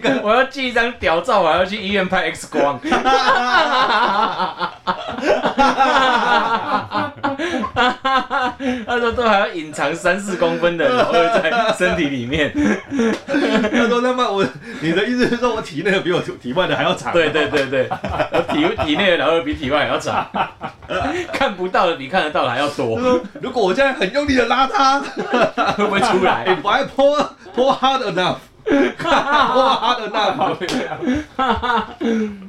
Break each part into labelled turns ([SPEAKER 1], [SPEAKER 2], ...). [SPEAKER 1] 我要寄一张屌照，我还要去医院拍 X 光。 他说都还要隐藏三四公分的柔在身体里面。
[SPEAKER 2] 他说：“他妈，我你的意思是说我体内的比我体外的还要啊长？”
[SPEAKER 1] 对对对对，体体内的老二比体外还要长，看不到的比看得到的还要多
[SPEAKER 2] 他，说：“如果我现在很用力的拉他，
[SPEAKER 1] 会不会出
[SPEAKER 2] 哎
[SPEAKER 1] 来？
[SPEAKER 2] ，why pull pull hard enough？pull hard enough？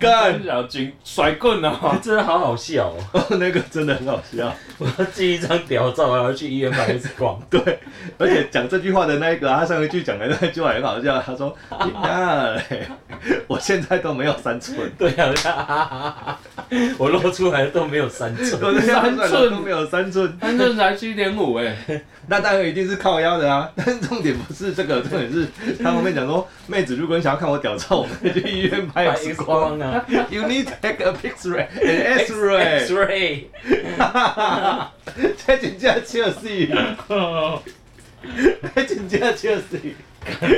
[SPEAKER 2] 干，
[SPEAKER 3] 小军甩棍哦，
[SPEAKER 1] 真的好好笑哦！
[SPEAKER 2] 哦那个真的很好笑。
[SPEAKER 1] 我要寄一张屌照，我还要去医院拍 X 光。
[SPEAKER 2] 对，而且讲这句话的那一个，他上一句讲的那句话很好笑。他说：“你妈嘞，我现在都没有三寸，
[SPEAKER 1] 对啊， 我露出来的都没有三寸。
[SPEAKER 2] 我现在
[SPEAKER 3] 三寸
[SPEAKER 2] 都没有三寸。”
[SPEAKER 3] 三寸才七点五哎，
[SPEAKER 2] 那当然一定是靠腰的啊，但是重点不是这个，重点是他后面讲说，妹子，如果你想要看我屌照，我们可以去医院拍
[SPEAKER 1] 拍
[SPEAKER 2] X
[SPEAKER 1] X
[SPEAKER 2] 光。
[SPEAKER 1] 光啊
[SPEAKER 2] You need take a picture, an
[SPEAKER 3] 啊
[SPEAKER 2] X-ray。
[SPEAKER 1] X-ray，
[SPEAKER 2] 这真正笑 死，这真正笑死，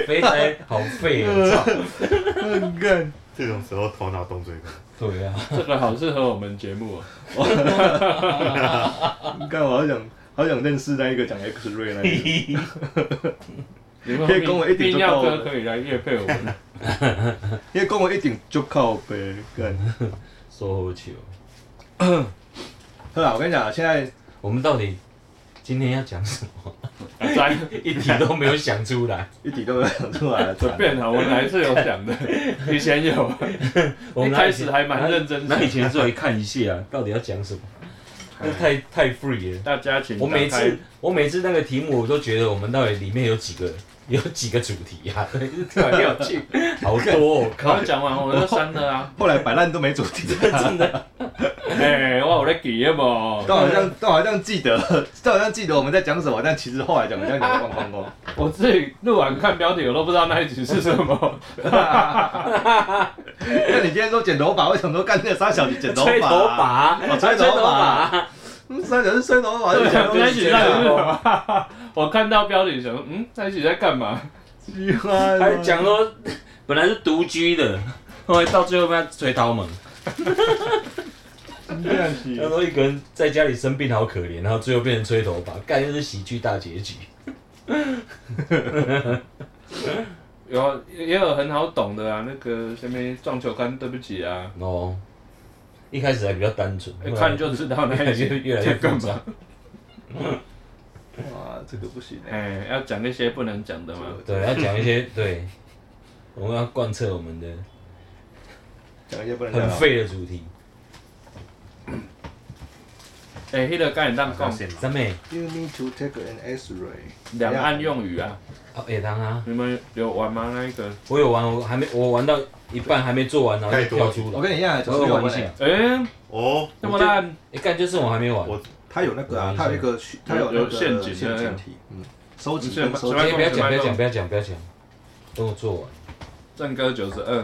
[SPEAKER 1] 肥仔好废 啊！操
[SPEAKER 2] 很 干。
[SPEAKER 4] 这种时候头脑动最快。
[SPEAKER 1] 对啊，
[SPEAKER 3] 这个好适合我们节目哦。
[SPEAKER 2] 干，我好想好想认识那一个讲 X-ray 那一个。
[SPEAKER 3] 你们
[SPEAKER 2] 可以跟我一点
[SPEAKER 3] 泌
[SPEAKER 2] 就
[SPEAKER 3] 尿
[SPEAKER 2] 够
[SPEAKER 3] 哥
[SPEAKER 2] 了
[SPEAKER 3] 可以来夜配我们，
[SPEAKER 2] 因为跟我一顶就靠背干。
[SPEAKER 1] 说好球。
[SPEAKER 2] 好啦，我跟你讲，现在
[SPEAKER 1] 我们到底今天要讲什么？
[SPEAKER 3] 来
[SPEAKER 1] 一题都没有想出来。
[SPEAKER 2] 一体都没有想出来了，
[SPEAKER 3] 随便了，我们还是有想的，以前有，
[SPEAKER 1] 我
[SPEAKER 3] 一
[SPEAKER 1] 们
[SPEAKER 3] 开始还蛮认真
[SPEAKER 1] 那以
[SPEAKER 3] 的。
[SPEAKER 1] 前出来看一下，到底要讲 什么？
[SPEAKER 3] 哎
[SPEAKER 1] 那太太 free 了。
[SPEAKER 3] 大家请
[SPEAKER 1] 我
[SPEAKER 3] 打开
[SPEAKER 1] 每次我每次那个题目，我都觉得我们到底里面有几个 有几个主题啊？ 突然有趣， 好多、 哦，
[SPEAKER 3] 然
[SPEAKER 1] 靠
[SPEAKER 3] 后！讲完我就删了 啊，
[SPEAKER 2] 后来摆烂都没主 题。
[SPEAKER 3] 哎，我有在记的不？
[SPEAKER 2] 都好像都好像记得，都好像记得我们在讲什么，但其实后来讲好像讲得忘光 光。
[SPEAKER 3] 我自己录完看标题，我都不知道那一集是什 么。
[SPEAKER 2] 那你今天说剪头发，我想说干那三小姐剪头发、啊
[SPEAKER 1] 吹头发，
[SPEAKER 2] 哦吹头发
[SPEAKER 1] 发，
[SPEAKER 2] 嗯，三小姐是吹头发，就
[SPEAKER 3] 对
[SPEAKER 2] 剪
[SPEAKER 3] 啊
[SPEAKER 2] 头，
[SPEAKER 3] 那一集到底是什
[SPEAKER 2] 发。
[SPEAKER 3] 么？我看到标题想说，嗯，那一集在干嘛？
[SPEAKER 1] 还讲说本来是独居的，后来到最后被他吹刀门，他说一个人在家里生病好可怜，然后最后变成吹头发，干就是喜剧大结局。
[SPEAKER 3] 有啊也有很好懂的啊，那个什么撞球杆，对不起啊，
[SPEAKER 1] 哦，一开始还比较单纯，
[SPEAKER 3] 一看就知道那一集
[SPEAKER 1] 啊越来越
[SPEAKER 3] 在干
[SPEAKER 1] 复杂
[SPEAKER 3] 嘛。
[SPEAKER 2] 哇，这个不行哎、
[SPEAKER 3] 哎，要讲一些不能讲的嘛。
[SPEAKER 1] 对要讲一些对，我们要贯彻我们的
[SPEAKER 2] 讲一些不能讲
[SPEAKER 1] 很
[SPEAKER 2] 的。
[SPEAKER 1] 废的主题。
[SPEAKER 3] 哎，迄个敢会当讲
[SPEAKER 4] 线嘛
[SPEAKER 1] 三妹，
[SPEAKER 2] You need to take an X-ray。
[SPEAKER 3] 两岸用语啊？
[SPEAKER 1] 哦，也当啊，
[SPEAKER 3] 你们有玩吗？那一个？
[SPEAKER 1] 我有玩，我还没，我玩到一半还没做完，然后就跳出
[SPEAKER 2] 我
[SPEAKER 1] 了。
[SPEAKER 2] 跟你一样，就是
[SPEAKER 1] 我有
[SPEAKER 2] 有
[SPEAKER 1] 玩一
[SPEAKER 2] 关系
[SPEAKER 1] 下。，
[SPEAKER 3] 哎，
[SPEAKER 4] 哦，
[SPEAKER 3] 那么烂，
[SPEAKER 1] 哎，干就是我还没玩。
[SPEAKER 4] 我
[SPEAKER 2] 它有那个啊，它有一个虚，它有那
[SPEAKER 3] 有
[SPEAKER 2] 个
[SPEAKER 3] 陷阱的那样
[SPEAKER 2] 题，嗯，收集
[SPEAKER 3] 是
[SPEAKER 2] 跟收
[SPEAKER 3] 是
[SPEAKER 2] 集
[SPEAKER 3] 吧。
[SPEAKER 1] 哎不要讲，不要讲，不要讲，不要讲，等我做完。
[SPEAKER 3] 正哥九十二，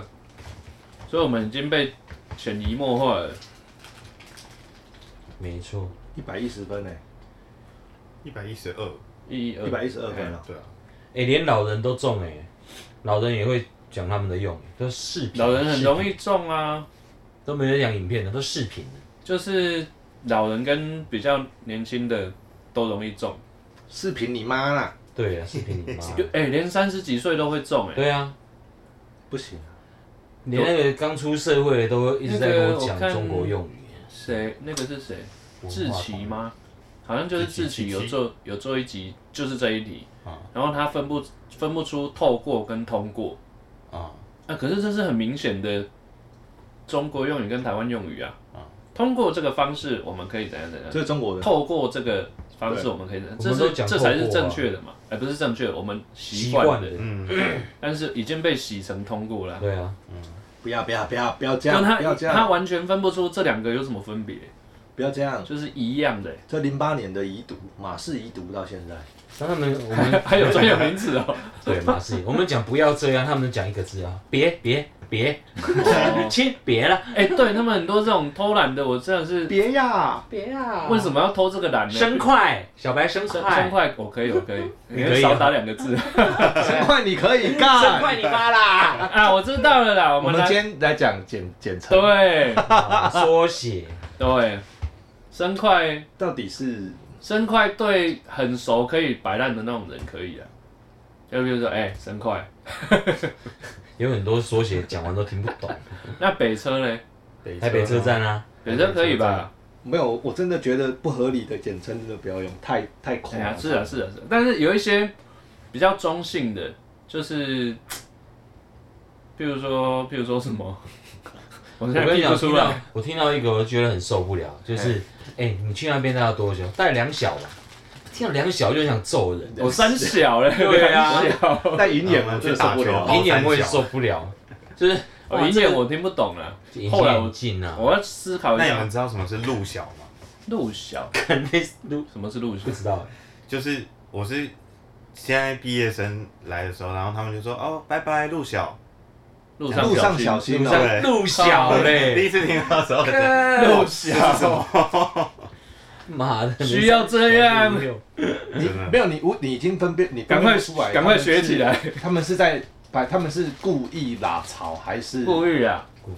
[SPEAKER 3] 所以我们已经被潜移默化了。
[SPEAKER 1] 没错，
[SPEAKER 2] 一百一十分呢、
[SPEAKER 4] 一百一十二，
[SPEAKER 3] 一
[SPEAKER 2] 一百一十二分了、
[SPEAKER 4] 对啊，
[SPEAKER 1] 哎，连老人都中哎，老人也会讲他们的用，都视频。
[SPEAKER 3] 老人很容
[SPEAKER 1] 视频
[SPEAKER 3] 易中啊，
[SPEAKER 1] 都没人讲影片的，都视频的。
[SPEAKER 3] 就是老人跟比较年轻的都容易中，
[SPEAKER 2] 视频你妈啦，
[SPEAKER 1] 对啊，视频你妈。
[SPEAKER 3] 就哎、连三十几岁都会中哎、
[SPEAKER 1] 对啊，
[SPEAKER 2] 不行、啊，
[SPEAKER 1] 连那个刚出社会的都会一直在跟我讲
[SPEAKER 3] 那个我看
[SPEAKER 1] 中国用语。
[SPEAKER 3] 谁那个是谁？
[SPEAKER 1] 文化
[SPEAKER 3] 志奇吗？好像就是志奇有做有做一集，就是这一题，
[SPEAKER 1] 啊
[SPEAKER 3] 然后他分不分不出透过跟通过
[SPEAKER 1] 啊，
[SPEAKER 3] 啊，可是这是很明显的中国用语跟台湾用语啊
[SPEAKER 1] 啊。
[SPEAKER 3] 通过这个方式，我们可以怎样怎样
[SPEAKER 2] 这。是中国人，
[SPEAKER 3] 透过这个方式，我们可以认，
[SPEAKER 1] 我
[SPEAKER 3] 这
[SPEAKER 1] 们都
[SPEAKER 3] 是
[SPEAKER 1] 讲
[SPEAKER 3] 这才
[SPEAKER 1] 透
[SPEAKER 3] 是
[SPEAKER 1] 过啊
[SPEAKER 3] 正确的嘛？哎，不是正确的，我们习
[SPEAKER 1] 习
[SPEAKER 3] 惯
[SPEAKER 1] 惯
[SPEAKER 3] 的
[SPEAKER 1] 的，，
[SPEAKER 4] 嗯，
[SPEAKER 3] 但是已经被洗成通过了啊。
[SPEAKER 1] 对啊，
[SPEAKER 2] 不要不要不要不要这
[SPEAKER 3] 跟
[SPEAKER 2] 样，
[SPEAKER 3] 他
[SPEAKER 2] 不要这
[SPEAKER 3] 他
[SPEAKER 2] 样，
[SPEAKER 3] 完全分不出这两个有什么分别，
[SPEAKER 2] 不要这样。
[SPEAKER 3] 就是一样的。
[SPEAKER 2] 这零八年的遗毒，马氏遗毒到现在，
[SPEAKER 1] 但他们我们
[SPEAKER 3] 还有专有名词哦。
[SPEAKER 1] 对马戏，我们讲不要这样，他们讲一个字啊，别别别，亲别了，
[SPEAKER 3] 哎、对他们很多这种偷懒的，我真的是
[SPEAKER 2] 别呀，
[SPEAKER 1] 别啊
[SPEAKER 3] 为什？么要偷这个懒呢？
[SPEAKER 1] 生快，小白生
[SPEAKER 3] 生
[SPEAKER 1] 快，
[SPEAKER 3] 生快，我可以，我哦可以，
[SPEAKER 1] 你可以
[SPEAKER 3] 少
[SPEAKER 1] 啊
[SPEAKER 3] 打两个字
[SPEAKER 2] 生快你可以
[SPEAKER 1] 生
[SPEAKER 2] 干。
[SPEAKER 1] 快你妈啦！
[SPEAKER 3] 啊！我知道了啦，我
[SPEAKER 2] 我
[SPEAKER 3] 们
[SPEAKER 2] 们
[SPEAKER 3] 来
[SPEAKER 2] 今天来讲简简称，
[SPEAKER 3] 对
[SPEAKER 1] 缩写，
[SPEAKER 3] 对，生快
[SPEAKER 2] 到底是
[SPEAKER 3] 生快对很熟可以摆烂的那种人可以啊，就比如说哎、生快，
[SPEAKER 1] 有很多缩写讲完都听不懂。
[SPEAKER 3] 那北车呢？
[SPEAKER 1] 台北车站啊，
[SPEAKER 3] 北车可以吧？
[SPEAKER 2] 没有，我真的觉得不合理的简称真的不要用，太太
[SPEAKER 3] 哎
[SPEAKER 2] 空
[SPEAKER 3] 呀，
[SPEAKER 2] 了。
[SPEAKER 3] 是啊，是啊，是啊，但是有一些比较中性的，就是，譬如说，譬如说什么， 我
[SPEAKER 1] 我
[SPEAKER 3] 现在
[SPEAKER 1] 跟你
[SPEAKER 3] 听不
[SPEAKER 1] 讲，
[SPEAKER 3] 出
[SPEAKER 1] 听到
[SPEAKER 3] 来。
[SPEAKER 1] 我听到一个，我就觉得很受不了，就是，哎、你去那边大概多久？带两小吧，听到两小就想揍人。
[SPEAKER 3] 我三小嘞，
[SPEAKER 1] 对啊
[SPEAKER 3] 三小，
[SPEAKER 2] 但银眼
[SPEAKER 4] 啊
[SPEAKER 2] 我
[SPEAKER 4] 我
[SPEAKER 2] 真的
[SPEAKER 4] 去
[SPEAKER 2] 受
[SPEAKER 4] 打
[SPEAKER 2] 不了
[SPEAKER 4] 球。
[SPEAKER 1] 银眼我也受不了，就是
[SPEAKER 3] 我哦一眼我听不懂了，
[SPEAKER 1] 隐
[SPEAKER 3] 后
[SPEAKER 1] 形
[SPEAKER 3] 来我
[SPEAKER 1] 眼镜啊，
[SPEAKER 3] 我要思考一
[SPEAKER 4] 那你
[SPEAKER 3] 下
[SPEAKER 4] 们。知道什么是路小吗？
[SPEAKER 3] 陆小，
[SPEAKER 1] 肯定都
[SPEAKER 3] 什么是陆小
[SPEAKER 1] 不？知道。
[SPEAKER 4] 就是我是现在毕业生来的时候，然后他们就说哦，拜拜，路小。
[SPEAKER 3] 路
[SPEAKER 4] 上
[SPEAKER 2] 路上
[SPEAKER 3] 上
[SPEAKER 2] 小
[SPEAKER 3] 小
[SPEAKER 2] 心
[SPEAKER 4] 路
[SPEAKER 2] 哦，
[SPEAKER 4] 对
[SPEAKER 1] 路小
[SPEAKER 4] 第
[SPEAKER 1] 嘞，
[SPEAKER 4] 一次听到的时候，
[SPEAKER 3] 啊
[SPEAKER 1] 路
[SPEAKER 4] 小什么？
[SPEAKER 1] 妈的，
[SPEAKER 3] 需要这样，
[SPEAKER 2] 你
[SPEAKER 4] 真的
[SPEAKER 2] 没有你无你已经分辨你
[SPEAKER 3] 赶
[SPEAKER 2] 分
[SPEAKER 3] 快
[SPEAKER 2] 辨不出来，
[SPEAKER 3] 赶快学起来。
[SPEAKER 2] 他们是在把他们是故意拉槽还是
[SPEAKER 3] 故意啊，
[SPEAKER 1] 故意。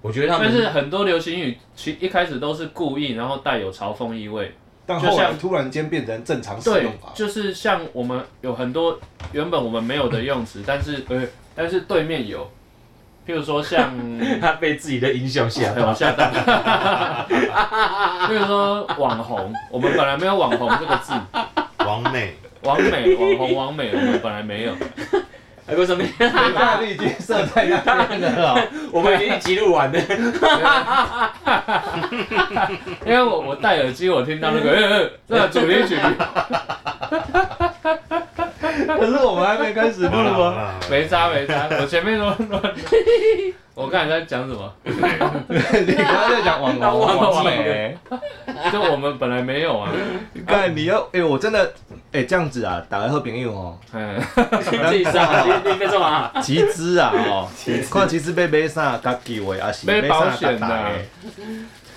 [SPEAKER 1] 我觉得他
[SPEAKER 3] 但是
[SPEAKER 1] 们
[SPEAKER 3] 很多流行语其一开始都是故意，然后带有嘲讽意味。
[SPEAKER 2] 但
[SPEAKER 3] 就
[SPEAKER 2] 后来
[SPEAKER 3] 像
[SPEAKER 2] 突然间变成正常使
[SPEAKER 3] 对
[SPEAKER 2] 用法，？
[SPEAKER 3] 就是像我们有很多原本我们没有的用词，但是呃，但是对面有，譬如说像，
[SPEAKER 1] 他被自己的音效吓
[SPEAKER 3] 哎我
[SPEAKER 1] 到，
[SPEAKER 3] 吓到， 譬如说网红，我们本来没有网红这个字，
[SPEAKER 4] 王美，
[SPEAKER 3] 网美、网红、网美，我们本来没有，
[SPEAKER 1] 哎，为什么？
[SPEAKER 2] 对，大力已经设在 那边了哦。
[SPEAKER 1] 我们已经一集录完了，
[SPEAKER 3] 因为我我戴耳机，我听到那个呃呃，那主题曲
[SPEAKER 2] 可是我们还没开始录
[SPEAKER 4] 好了好
[SPEAKER 2] 吗？
[SPEAKER 4] 了好了
[SPEAKER 3] 没扎没扎，我前面都乱，我刚才在讲什么？
[SPEAKER 2] 你刚刚在讲 网
[SPEAKER 1] 当
[SPEAKER 2] 红
[SPEAKER 1] 网
[SPEAKER 2] 网
[SPEAKER 1] 红
[SPEAKER 2] 美，
[SPEAKER 3] 就我们本来没有啊，
[SPEAKER 2] 看你要哎，我真的哎这样子啊，打开喝朋友哦，
[SPEAKER 3] 嗯，
[SPEAKER 1] 自己啊杀，你你在干嘛？
[SPEAKER 2] 集资啊哦，看集资要买啥，甲机会啊是
[SPEAKER 3] 买
[SPEAKER 2] 啥
[SPEAKER 3] 保险
[SPEAKER 2] 甲
[SPEAKER 3] 啊
[SPEAKER 2] 大的，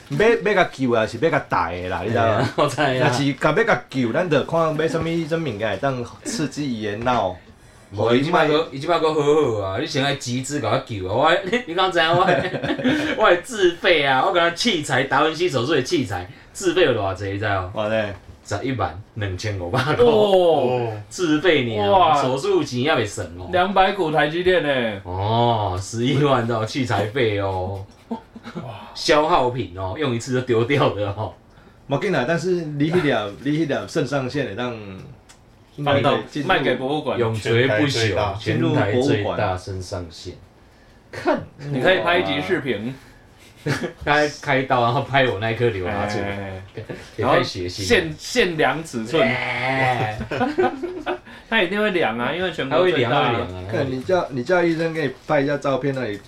[SPEAKER 2] 买买甲救啊是买甲大的啦，你知道吗？
[SPEAKER 1] 我猜
[SPEAKER 2] 若
[SPEAKER 1] 哎呀，
[SPEAKER 2] 是甲要甲救，咱就看买什么什么物件会当刺激伊的脑，
[SPEAKER 1] 无伊即摆个伊即摆个好好啊，你先来集资甲我救啊！我你你敢知影我的 我的自费啊，我讲器材达文西手术的器材自费有偌济，你知无？
[SPEAKER 2] 哇嘞，
[SPEAKER 1] 十一万两千五百块，
[SPEAKER 3] 哦，
[SPEAKER 4] 哦，
[SPEAKER 1] 自费你啊，
[SPEAKER 3] 哇
[SPEAKER 1] 手术钱也袂省哦。
[SPEAKER 3] 两百股台积电呢，
[SPEAKER 1] 哦，十一万的哦器材费哦，消耗品哦，用一次就丢掉的哦。
[SPEAKER 2] 无紧啦，但是你迄粒你迄粒肾上腺会当
[SPEAKER 3] 放到
[SPEAKER 2] 进入
[SPEAKER 3] 卖给博物馆，
[SPEAKER 1] 永垂不朽，
[SPEAKER 2] 全
[SPEAKER 1] 全
[SPEAKER 2] 台
[SPEAKER 1] 台
[SPEAKER 2] 最大
[SPEAKER 1] 最大肾上腺。
[SPEAKER 2] 看，
[SPEAKER 3] 你可以拍一集视频，
[SPEAKER 1] 开开刀，然后拍我那一颗瘤拿出来，
[SPEAKER 3] 哎
[SPEAKER 1] 啊也
[SPEAKER 3] 然后
[SPEAKER 1] 太血腥了。
[SPEAKER 3] 限限量尺寸，
[SPEAKER 1] 哎
[SPEAKER 3] 它一定会量啊，因为全
[SPEAKER 1] 他
[SPEAKER 3] 国
[SPEAKER 1] 会
[SPEAKER 3] 最
[SPEAKER 1] 凉，
[SPEAKER 3] 大
[SPEAKER 1] 他
[SPEAKER 3] 啊
[SPEAKER 1] 会凉
[SPEAKER 2] 看
[SPEAKER 1] 啊。
[SPEAKER 2] 你叫你叫医生给你拍一下照片，那里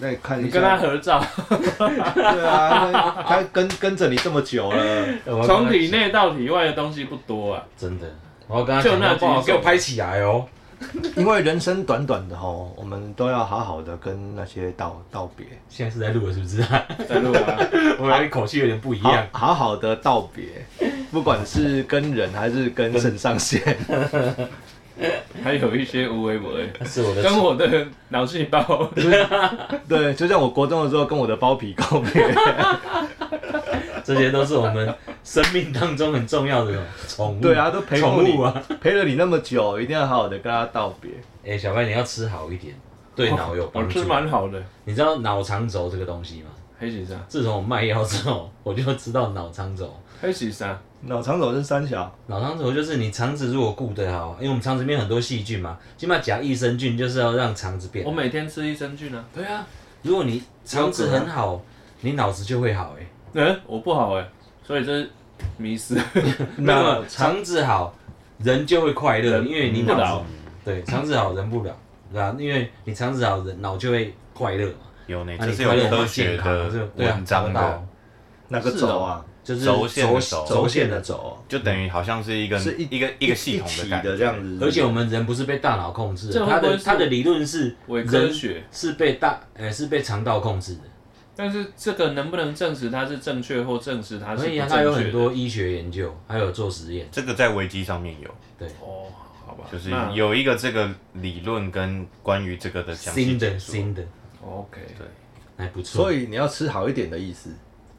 [SPEAKER 2] 那里看一
[SPEAKER 3] 你
[SPEAKER 2] 下。
[SPEAKER 3] 跟他合照，
[SPEAKER 2] 对啊，那他跟跟着你这么久了，
[SPEAKER 1] 我要跟他
[SPEAKER 3] 从体内到体外的东西不多啊，
[SPEAKER 1] 真的，我要跟他
[SPEAKER 3] 就
[SPEAKER 1] 讲
[SPEAKER 3] 那
[SPEAKER 1] 话不好，
[SPEAKER 3] 几
[SPEAKER 1] 给我拍起来哦。
[SPEAKER 2] 因为人生短短的吼，我们都要好好的跟那些道道别，
[SPEAKER 1] 现在是在录了，是不 是啊？
[SPEAKER 3] 在录啊，
[SPEAKER 1] 我感觉口气有点不一
[SPEAKER 2] 好
[SPEAKER 1] 样。
[SPEAKER 2] 好好的道别，不管是跟人还是跟肾上 腺，
[SPEAKER 3] 还有一些无为不为，
[SPEAKER 1] 那是我的
[SPEAKER 3] 跟我的脑细 胞，
[SPEAKER 2] 对，就像我国中的时候跟我的包皮告 别，
[SPEAKER 1] 嗯这些都是我们生命当中很重要的宠物。
[SPEAKER 2] 对啊，，都陪过
[SPEAKER 1] 宠
[SPEAKER 2] 你
[SPEAKER 1] 物，啊。
[SPEAKER 2] 陪了你那么久，一定要好好的跟他道别。
[SPEAKER 1] 哎，小白，你要吃好一点，对脑有
[SPEAKER 3] 我
[SPEAKER 1] 帮助
[SPEAKER 3] 吃。蛮哦好的，
[SPEAKER 1] 你知道脑肠轴这个东西吗？
[SPEAKER 3] 黑喜啥？
[SPEAKER 1] 自从我卖药之后，我就知道脑肠轴。
[SPEAKER 3] 黑喜啥？
[SPEAKER 2] 脑肠走是三小，
[SPEAKER 1] 脑肠轴就是你肠子如果顾得好，因为我们肠子里面很多细菌嘛，起码甲益生菌就是要让肠子变
[SPEAKER 3] 我。每天吃益生菌啊，
[SPEAKER 1] 对啊，如果你肠子很好，你脑子就会好哎、
[SPEAKER 3] 嗯，我不好哎，所以这是迷失，
[SPEAKER 1] 没有没有
[SPEAKER 2] 脑肠
[SPEAKER 1] 肠子好，人就会快乐，
[SPEAKER 3] 人
[SPEAKER 1] 因为你
[SPEAKER 3] 不
[SPEAKER 1] 脑
[SPEAKER 3] 老
[SPEAKER 1] 子对肠子好人不老，对吧、因为你肠子好，人脑就会快乐嘛。
[SPEAKER 4] 有呢，
[SPEAKER 1] 啊
[SPEAKER 4] 这
[SPEAKER 1] 你
[SPEAKER 4] 哎是
[SPEAKER 1] 快乐
[SPEAKER 4] 有
[SPEAKER 1] 就
[SPEAKER 4] 科
[SPEAKER 1] 健
[SPEAKER 4] 学
[SPEAKER 1] 康
[SPEAKER 4] 的
[SPEAKER 1] 就对啊，
[SPEAKER 4] 文章
[SPEAKER 1] 肠道
[SPEAKER 4] 的。
[SPEAKER 2] 哪个走啊？
[SPEAKER 1] 就是
[SPEAKER 4] 轴线的
[SPEAKER 1] 轴
[SPEAKER 4] 轴
[SPEAKER 1] 轴线的轴。
[SPEAKER 2] 走，
[SPEAKER 4] 就等于好像是一个
[SPEAKER 2] 是一
[SPEAKER 4] 一个一个系统
[SPEAKER 2] 一体
[SPEAKER 4] 感
[SPEAKER 2] 的
[SPEAKER 4] 觉
[SPEAKER 2] 这样。子。
[SPEAKER 1] 而且我们人不是被大脑控制
[SPEAKER 3] 这
[SPEAKER 1] 的，
[SPEAKER 3] 会
[SPEAKER 1] 他
[SPEAKER 3] 不会
[SPEAKER 1] 的
[SPEAKER 3] 是
[SPEAKER 1] 他的理论是
[SPEAKER 3] 伪科
[SPEAKER 1] 人
[SPEAKER 3] 学，
[SPEAKER 1] 是被大呃是被肠道控制的，
[SPEAKER 3] 但是这个能不能证实它是正确或证实它是
[SPEAKER 1] 所以
[SPEAKER 3] 不
[SPEAKER 1] 啊，他有
[SPEAKER 3] 正
[SPEAKER 1] 很
[SPEAKER 3] 确的？
[SPEAKER 1] 多医学研究，还有做实验。
[SPEAKER 4] 这个在维基上面有，
[SPEAKER 3] 哦，好吧，
[SPEAKER 4] 就是
[SPEAKER 3] 那
[SPEAKER 4] 有一个这个理论跟关于这个的详细
[SPEAKER 1] 新的
[SPEAKER 4] 解说。
[SPEAKER 1] 新的
[SPEAKER 3] OK。
[SPEAKER 1] 还不错，
[SPEAKER 2] 所以你要吃好一点的意思。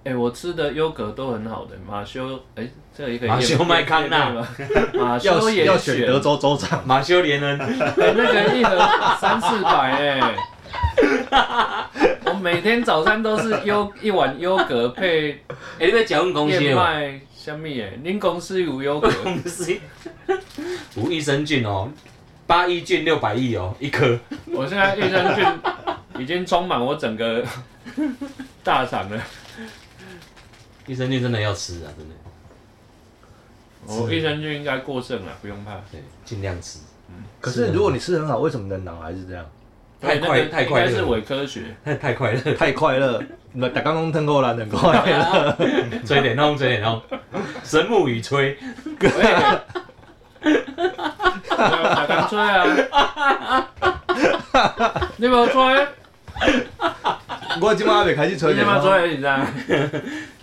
[SPEAKER 3] 哎、我吃的优格都很好的，马修，哎、这个也可以。
[SPEAKER 1] 马修麦康纳
[SPEAKER 3] 吗？马
[SPEAKER 2] 要
[SPEAKER 3] 修也
[SPEAKER 2] 要选德州州长，
[SPEAKER 1] 马修连恩
[SPEAKER 3] 哎那个一盒三四百 哎。我每天早餐都是优一碗优格配
[SPEAKER 1] 哎，你在讲阮公司
[SPEAKER 3] 燕
[SPEAKER 1] 的吗？
[SPEAKER 3] 麦虾米哎，您公司有 优格
[SPEAKER 1] 公司无益生菌哦，八亿菌六百亿哦，一颗。
[SPEAKER 3] 我现在益生菌已经充满我整个大厂了。
[SPEAKER 1] 益生菌真的要吃啊，真的，
[SPEAKER 3] 我哦益生菌应该过剩了，不用怕。
[SPEAKER 1] 对，尽量吃。
[SPEAKER 2] 可是如果你吃得很好，为什么你的脑还是这样？
[SPEAKER 1] 太快
[SPEAKER 3] 哎对那个
[SPEAKER 1] 太快
[SPEAKER 3] 应该是
[SPEAKER 1] 乐了
[SPEAKER 3] 伪科学。
[SPEAKER 1] 太太快乐，
[SPEAKER 2] 太快乐，那打刚刚腾过来，很快乐。
[SPEAKER 1] 吹点弄，吹点弄，神木与吹，
[SPEAKER 3] 没有打干脆啊！ 你没有吹，
[SPEAKER 2] 我今晚还没开始吹啊
[SPEAKER 3] 你有没有
[SPEAKER 2] 呢，
[SPEAKER 3] 吹？你知道？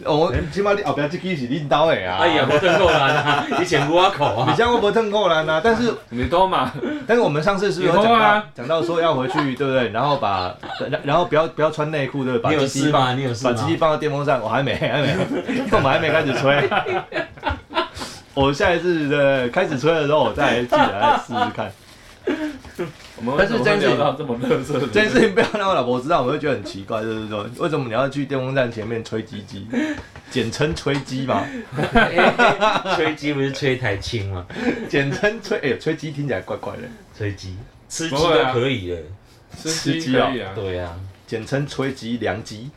[SPEAKER 2] 哦，我今晚你后边这句是你刀的啊。
[SPEAKER 1] 哎呀，我真够难啊，以前不挖口
[SPEAKER 2] 你
[SPEAKER 1] 啊，
[SPEAKER 2] 这样我不腾过来呢？但是
[SPEAKER 3] 你多嘛？
[SPEAKER 2] 但是我们上次是不是有讲
[SPEAKER 3] 以后
[SPEAKER 2] 到
[SPEAKER 3] 啊
[SPEAKER 2] 讲到说要回去，对不对？然后把然然后不要不要穿内裤，对不对？
[SPEAKER 1] 你
[SPEAKER 2] 把鸡
[SPEAKER 1] 有
[SPEAKER 2] 鸡
[SPEAKER 1] 事
[SPEAKER 2] 放
[SPEAKER 1] 吗？你有事
[SPEAKER 2] 把
[SPEAKER 1] 吗？
[SPEAKER 2] 鸡鸡放到电风扇，我还没还没，因为 我们还没开始吹。我下一次的开始吹的时候，我再来记得来试试看。
[SPEAKER 3] 我们
[SPEAKER 2] 但是
[SPEAKER 3] 为什么会
[SPEAKER 2] 这样
[SPEAKER 3] 聊
[SPEAKER 2] 子
[SPEAKER 3] 到这么乐色的，
[SPEAKER 2] 这件事情不要让我老婆知道，我会觉得很奇怪，就是说，为什么你要去电风扇前面吹鸡鸡，简称吹鸡嘛？
[SPEAKER 1] 吹鸡不是吹台青吗？
[SPEAKER 2] 简称吹，哎、吹鸡听起来怪怪的，
[SPEAKER 1] 吹鸡，吃鸡
[SPEAKER 3] 不会
[SPEAKER 1] 都
[SPEAKER 3] 啊
[SPEAKER 1] 可以了。
[SPEAKER 3] 吃
[SPEAKER 2] 吃
[SPEAKER 3] 鸡
[SPEAKER 2] 鸡啊
[SPEAKER 3] 可以啊，
[SPEAKER 1] 对啊，
[SPEAKER 2] 简称吹鸡凉鸡，